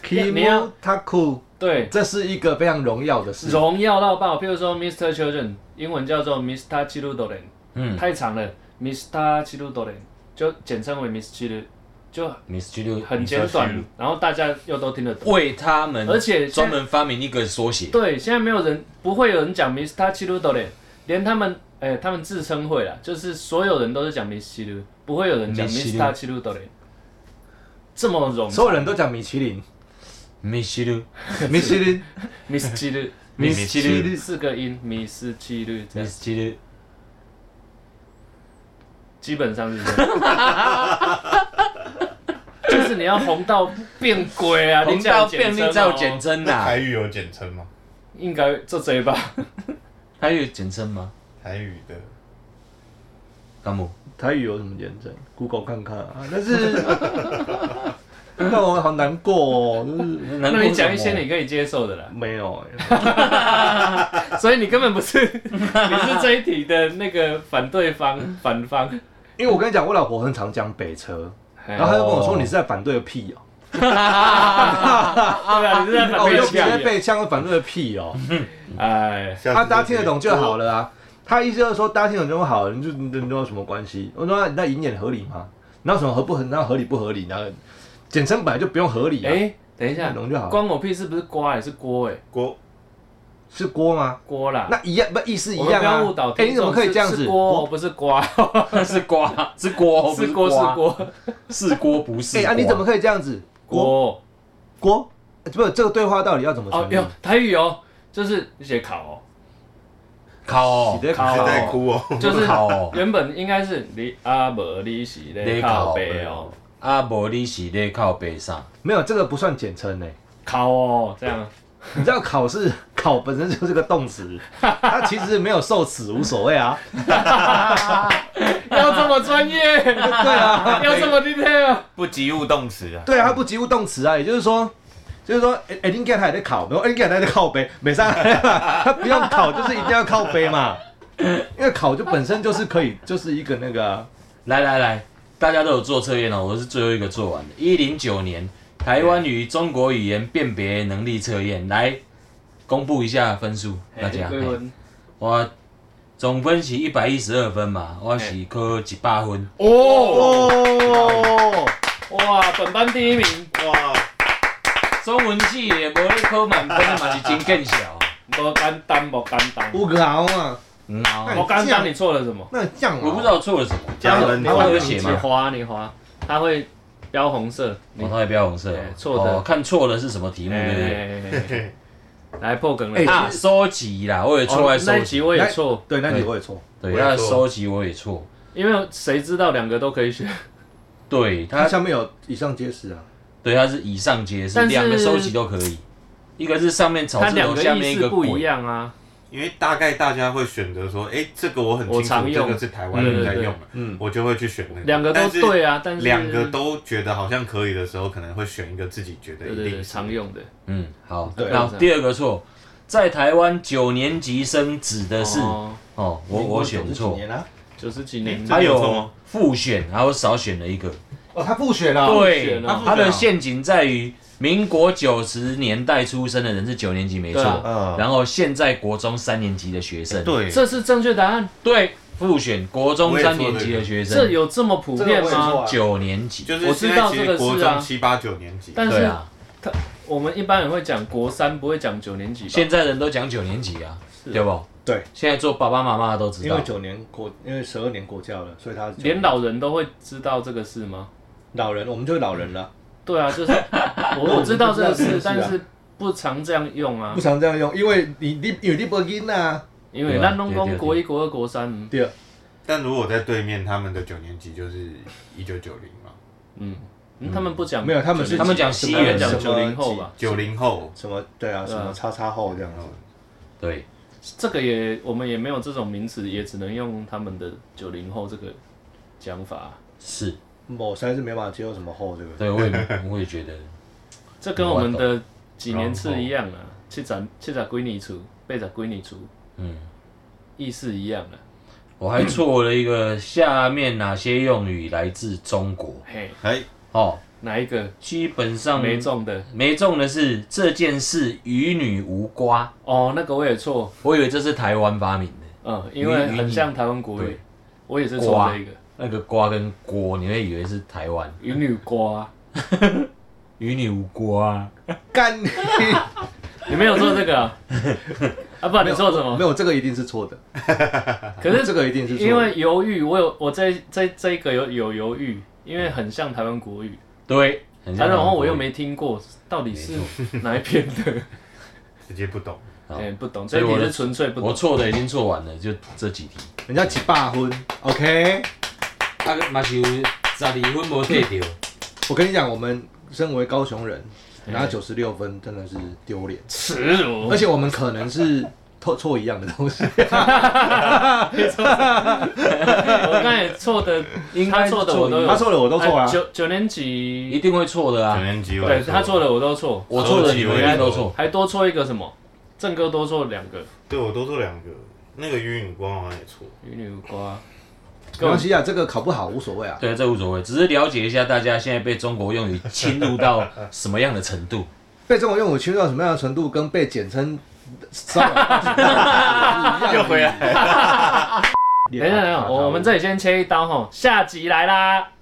[SPEAKER 3] 你要
[SPEAKER 2] Kimu Taku，
[SPEAKER 3] 对，
[SPEAKER 2] 这是一个非常荣耀的事。
[SPEAKER 3] 荣耀到爆。譬如说 Mr. Children，英文叫做 Mr. Children，
[SPEAKER 1] 嗯
[SPEAKER 3] 太长了，Mr. Children 就简称为 Miss Children，就
[SPEAKER 1] ，Miss Julie
[SPEAKER 3] 很简
[SPEAKER 4] Mr. Children
[SPEAKER 3] 短，然后大家又都听得懂。
[SPEAKER 1] 为他们，
[SPEAKER 3] 而且现
[SPEAKER 1] 专
[SPEAKER 3] 在
[SPEAKER 1] 门发明一个缩写，
[SPEAKER 3] 对，现在没有人不会有人讲 Mr. Children，连他们哎、他们自称会啦，就是所有人都是讲 Miss Children，不会有人讲
[SPEAKER 1] Miss
[SPEAKER 3] Mr. Children，这么冗
[SPEAKER 2] 所有
[SPEAKER 3] 长
[SPEAKER 2] 人都讲米其林，
[SPEAKER 1] Miss Julie，
[SPEAKER 2] 米其林，
[SPEAKER 3] ，Miss Children
[SPEAKER 2] 米
[SPEAKER 4] 米
[SPEAKER 2] 其
[SPEAKER 4] 其林
[SPEAKER 2] 林，
[SPEAKER 3] 四个音，Miss Children 这样
[SPEAKER 1] Miss Julie，
[SPEAKER 3] 基本上是这样。 就是你要红到变鬼啊，
[SPEAKER 1] 红
[SPEAKER 3] 你这样
[SPEAKER 1] 到便利
[SPEAKER 3] 照
[SPEAKER 1] 照简称呐，啊
[SPEAKER 4] 语有简称吗？
[SPEAKER 3] 应该做这吧？
[SPEAKER 1] 它有简称吗？
[SPEAKER 5] 台语的，
[SPEAKER 1] 干姆，
[SPEAKER 2] 台语有什么见证？Google 看看啊。但 是，那我好难过哦，就是
[SPEAKER 1] 那
[SPEAKER 3] 那你讲一些你可以接受的啦。
[SPEAKER 2] 没有欸、
[SPEAKER 3] 所以你根本 不是，你是这一题的那个反对 方反方。
[SPEAKER 2] 因为我跟你讲，我老婆很常讲北车，
[SPEAKER 3] 然
[SPEAKER 2] 然后她就跟我说：“你是在反对个屁哦、
[SPEAKER 3] 对啊，你是在反
[SPEAKER 2] 哦，
[SPEAKER 3] 对
[SPEAKER 2] 又直接
[SPEAKER 3] 方。
[SPEAKER 2] 被呛是反对个屁哦、
[SPEAKER 3] 哎，
[SPEAKER 5] 下次
[SPEAKER 2] 啊，
[SPEAKER 5] 就
[SPEAKER 2] 大家听得
[SPEAKER 5] 直接
[SPEAKER 2] 懂就好了 啊。他意思就是说，大家听得懂就好了，你就你你有什么关系？我说那隐眼合理吗？然后什么合不合？那合理不合理？然后简称本来就不用合理啊，
[SPEAKER 3] 哎，等一
[SPEAKER 2] 听得
[SPEAKER 3] 下，
[SPEAKER 2] 懂就好了。
[SPEAKER 3] 关我屁事，不是瓜哎，是锅哎，
[SPEAKER 5] 锅
[SPEAKER 2] 是锅吗？
[SPEAKER 3] 锅啦。
[SPEAKER 2] 那一样啊不意思一
[SPEAKER 3] 我们
[SPEAKER 2] 样
[SPEAKER 3] 不要误导
[SPEAKER 2] 啊？哎，你
[SPEAKER 3] 听众，
[SPEAKER 2] 怎么可以这样
[SPEAKER 3] 是
[SPEAKER 2] 子？哦
[SPEAKER 3] 锅不是瓜，
[SPEAKER 1] 是瓜，是锅，
[SPEAKER 3] 是锅是锅
[SPEAKER 1] 是锅，不是
[SPEAKER 2] 哎
[SPEAKER 1] 瓜。
[SPEAKER 2] 啊，你怎么可以这样子？
[SPEAKER 3] 锅。
[SPEAKER 2] 锅，呃不是这个对话到底要怎么
[SPEAKER 3] 哦
[SPEAKER 2] 成立
[SPEAKER 3] 有？台语哦，就是你写考哦。
[SPEAKER 1] 烤哦？
[SPEAKER 2] 你在
[SPEAKER 3] 好
[SPEAKER 5] 还
[SPEAKER 3] 好
[SPEAKER 5] 在哭哦，
[SPEAKER 3] 就是
[SPEAKER 1] 烤哦，
[SPEAKER 3] 原本应该是你阿伯你是咧
[SPEAKER 1] 咧
[SPEAKER 3] 靠
[SPEAKER 1] 靠
[SPEAKER 3] 背
[SPEAKER 1] 背
[SPEAKER 3] 哦
[SPEAKER 1] 哦，啊，无你是咧靠背上，
[SPEAKER 2] 没有这个不算简称呢。欸
[SPEAKER 3] 靠哦这样。
[SPEAKER 2] 你知道考试考本身就是个动词，它其实没有受词无所谓啊。
[SPEAKER 3] 要这么专业，
[SPEAKER 2] 对啊。
[SPEAKER 3] 要这么 detail，
[SPEAKER 4] 不及物动词啊，
[SPEAKER 2] 对啊，它不及物动词啊，也就是说，就是说，哎、欸，林盖他也在考，然后林盖他在靠背，美 上他不用考，就是一定要靠背嘛，因为考就本身就是可以，就是一个那个啊、
[SPEAKER 1] 来来来，大家都有做测验哦，我是最后一个做完的。一零九年台湾与中国语言辨别能力测验，来公布一下分数，大家。
[SPEAKER 3] 嘿
[SPEAKER 1] 嘿我总分是一百一十二分嘛，我是考一百分，
[SPEAKER 3] 哦，
[SPEAKER 2] 哦，
[SPEAKER 3] 哇，本班第一名，
[SPEAKER 5] 哇，
[SPEAKER 1] 中文系也无咧考满分嘛，是真更 小。
[SPEAKER 3] 不简单，不简单，
[SPEAKER 2] 五个熬嘛，
[SPEAKER 1] 嗯啊
[SPEAKER 3] 不简单，你错了什么？
[SPEAKER 2] 那啊这样、
[SPEAKER 1] 我不知，道错了什么，
[SPEAKER 5] 加分
[SPEAKER 1] 他会有写
[SPEAKER 3] 你
[SPEAKER 1] 吗？
[SPEAKER 3] 划你划，它会标红色，
[SPEAKER 1] 哦，他会标红色哦
[SPEAKER 3] 哎，错的
[SPEAKER 1] 哦看错了是什么题目，对不对？
[SPEAKER 3] 哎，来破梗
[SPEAKER 2] 哎
[SPEAKER 3] 了
[SPEAKER 1] 啊，
[SPEAKER 2] 其实
[SPEAKER 1] 收集啦，我也错在
[SPEAKER 3] 哦那
[SPEAKER 1] 收
[SPEAKER 3] 一集
[SPEAKER 1] 集，
[SPEAKER 3] 我也错，
[SPEAKER 2] 对，那你
[SPEAKER 1] 哎
[SPEAKER 2] 我也错，
[SPEAKER 1] 对，
[SPEAKER 5] 我也
[SPEAKER 1] 他的
[SPEAKER 5] 错
[SPEAKER 1] 收集我也错，
[SPEAKER 3] 因为谁知道两个都可以选，
[SPEAKER 1] 对
[SPEAKER 2] 它
[SPEAKER 1] 他，
[SPEAKER 2] 下面有以上皆是啊，
[SPEAKER 1] 对他是以上皆是，
[SPEAKER 3] 但是
[SPEAKER 1] 两个收集都可以，一个是上面草
[SPEAKER 3] 它
[SPEAKER 1] 字
[SPEAKER 3] 两
[SPEAKER 1] 头，
[SPEAKER 3] 个
[SPEAKER 1] 下面
[SPEAKER 3] 意
[SPEAKER 1] 一
[SPEAKER 3] 思
[SPEAKER 1] 个
[SPEAKER 3] 不一
[SPEAKER 1] 鬼，
[SPEAKER 3] 样啊。
[SPEAKER 5] 因为大概大家会选择说，哎，这个我很
[SPEAKER 3] 我
[SPEAKER 5] 清
[SPEAKER 3] 常
[SPEAKER 5] 楚，这
[SPEAKER 3] 用
[SPEAKER 5] 个是台湾人在用的，
[SPEAKER 2] 嗯，
[SPEAKER 5] 我就会去选那个，
[SPEAKER 3] 两个都
[SPEAKER 5] 但是
[SPEAKER 3] 对啊，但是
[SPEAKER 5] 两个都觉得好像可以的时候，可能会选一个自己觉得
[SPEAKER 3] 对
[SPEAKER 5] 一
[SPEAKER 3] 对
[SPEAKER 5] 定
[SPEAKER 3] 对
[SPEAKER 5] 是
[SPEAKER 3] 常用的，
[SPEAKER 1] 嗯，好，
[SPEAKER 2] 对
[SPEAKER 1] 然后第二个错，在台湾九年级生指的是，哦，我我选错，
[SPEAKER 2] 啊
[SPEAKER 3] 九十几年
[SPEAKER 1] 还
[SPEAKER 3] 的，
[SPEAKER 5] 这个有错
[SPEAKER 1] 有
[SPEAKER 5] 吗
[SPEAKER 1] 复选，还有少选了一个，
[SPEAKER 2] 哦，他复选了，
[SPEAKER 1] 对，
[SPEAKER 3] 他复选哦
[SPEAKER 1] 它
[SPEAKER 5] 啊
[SPEAKER 1] 的陷阱在于民国九十年代出生的人是九年级没错
[SPEAKER 3] 对啊，
[SPEAKER 4] 嗯，
[SPEAKER 1] 然后现在国中三年级的学生，
[SPEAKER 4] 对，
[SPEAKER 3] 这是正确答案，
[SPEAKER 1] 对，复选国中三年级的学
[SPEAKER 3] 这
[SPEAKER 1] 生，
[SPEAKER 3] 有这么普
[SPEAKER 2] 这个我也
[SPEAKER 3] 遍
[SPEAKER 2] 错
[SPEAKER 3] 吗？
[SPEAKER 2] 啊，
[SPEAKER 1] 九年级，
[SPEAKER 5] 就是
[SPEAKER 3] 我知
[SPEAKER 5] 现在
[SPEAKER 3] 道
[SPEAKER 5] 其
[SPEAKER 3] 这
[SPEAKER 5] 实
[SPEAKER 3] 个
[SPEAKER 5] 国
[SPEAKER 3] 是啊
[SPEAKER 5] 中七八九年级，
[SPEAKER 3] 但
[SPEAKER 1] 对
[SPEAKER 3] 是
[SPEAKER 1] 啊，
[SPEAKER 3] 我们一般人会讲国三，不会讲九年级吧？
[SPEAKER 1] 现在人都讲九年级啊，
[SPEAKER 3] 是
[SPEAKER 1] 对不？
[SPEAKER 2] 对，
[SPEAKER 1] 现在做爸爸妈妈的都知
[SPEAKER 2] 因
[SPEAKER 1] 道
[SPEAKER 2] 为，九年国，因为十二年国教了，所以他是九
[SPEAKER 3] 连老人都会知道这个事吗？
[SPEAKER 2] 老人，我们就是老人了，
[SPEAKER 3] 对啊，就是我我知道这个
[SPEAKER 2] 我
[SPEAKER 3] 事
[SPEAKER 2] 们，不知道这个事啊
[SPEAKER 3] 但是不常这样用啊
[SPEAKER 2] 不，常这样用，因为你你有你不囡啊。
[SPEAKER 3] 因为
[SPEAKER 1] 对啊
[SPEAKER 3] 咱拢
[SPEAKER 1] 对
[SPEAKER 3] 讲
[SPEAKER 1] 对
[SPEAKER 3] 国一、国二、国三，嗯
[SPEAKER 2] 对，
[SPEAKER 5] 但如果在对面，他们的九年级就是一九九零嘛，
[SPEAKER 3] 嗯，嗯他们不讲，
[SPEAKER 2] 没有他们是
[SPEAKER 1] 他们讲
[SPEAKER 2] 什
[SPEAKER 1] 西
[SPEAKER 2] 么
[SPEAKER 1] 元
[SPEAKER 3] 讲
[SPEAKER 2] 什么
[SPEAKER 3] 九零后吧，
[SPEAKER 5] 九零后
[SPEAKER 2] 什么对啊，
[SPEAKER 3] 对
[SPEAKER 2] 什
[SPEAKER 3] 啊
[SPEAKER 2] 么叉叉后这样子。
[SPEAKER 1] 对，
[SPEAKER 3] 这个也我们也没有这种名词，也只能用他们的九零后这个讲法。啊
[SPEAKER 1] 是，
[SPEAKER 2] 我实在是没办法接受什么后这个。
[SPEAKER 1] 对，我也 我也觉得，
[SPEAKER 3] 这跟我们的几年次一样啊，七十七十几年出，八十几年出，
[SPEAKER 1] 嗯，
[SPEAKER 3] 意思一样啊。
[SPEAKER 1] 我还错了一个，下面哪些用语来自中国？
[SPEAKER 3] 嘿，
[SPEAKER 5] 哎，
[SPEAKER 1] 哦，
[SPEAKER 3] 哪一个
[SPEAKER 1] 基本上
[SPEAKER 3] 没中的？
[SPEAKER 1] 没中的是这件事与女无瓜，
[SPEAKER 3] 哦，那个我也错，
[SPEAKER 1] 我以为这是台湾发明的，
[SPEAKER 3] 嗯，因为很像台湾国语
[SPEAKER 1] 对，
[SPEAKER 3] 我也是错这一个
[SPEAKER 1] 那个瓜跟锅，你会以为是台湾
[SPEAKER 3] 鱼女瓜，
[SPEAKER 1] 与女无瓜，
[SPEAKER 2] 干，你
[SPEAKER 3] 你没有做这个 啊？啊不，你做什么
[SPEAKER 2] 没？有这个一定是错 的，
[SPEAKER 3] 可是
[SPEAKER 2] 这个一定是错的。
[SPEAKER 3] 因为犹豫，我有我这这这一个有有犹豫，因为很像台湾国语，
[SPEAKER 1] 对，哦很
[SPEAKER 3] 啊
[SPEAKER 1] 像台湾国语。
[SPEAKER 3] 然后我又没听过，到底是哪一篇的？
[SPEAKER 5] 直接不懂，
[SPEAKER 1] 好
[SPEAKER 3] 哎，不懂，
[SPEAKER 1] 所以
[SPEAKER 3] 这一题
[SPEAKER 1] 我的
[SPEAKER 3] 是纯粹不
[SPEAKER 1] 我
[SPEAKER 3] 懂。
[SPEAKER 1] 错的已经错完了，就这几题。
[SPEAKER 2] 人家几把婚，OK？
[SPEAKER 1] 啊，嘛是有十二分无退掉，
[SPEAKER 2] 我跟你讲，我们身为高雄人，拿九十六分真的是丢脸，
[SPEAKER 3] 耻辱
[SPEAKER 2] 而。且我们可能是错错一样的东
[SPEAKER 4] 啊
[SPEAKER 2] 西，
[SPEAKER 3] 我刚才错的，
[SPEAKER 1] 应
[SPEAKER 3] 他
[SPEAKER 1] 该
[SPEAKER 3] 错的我都有，
[SPEAKER 2] 他错了我都错啊
[SPEAKER 3] 哎
[SPEAKER 2] 了，
[SPEAKER 3] 九九 年
[SPEAKER 1] 一
[SPEAKER 3] 级，
[SPEAKER 1] 定会错的
[SPEAKER 4] 九
[SPEAKER 1] 啊，
[SPEAKER 4] 年级我也
[SPEAKER 3] 对他错的我都错，
[SPEAKER 1] 我错的你们应该都错。
[SPEAKER 3] 还多错一个什么？正哥多错两个，
[SPEAKER 4] 对我多做两个，那个鱼影光好像也错。
[SPEAKER 3] 与女无瓜。
[SPEAKER 2] 没关系啊，这个考不好无所谓啊。
[SPEAKER 1] 对啊，这无所谓，只是了解一下大家现在被中国用语侵入到什么样的程度。
[SPEAKER 2] 被中国用语侵入到什么样的程度，跟被简称骚 扰
[SPEAKER 4] 又回来
[SPEAKER 2] 来
[SPEAKER 3] 等一下，等一下，我我们这里先切一刀吼，下集来啦。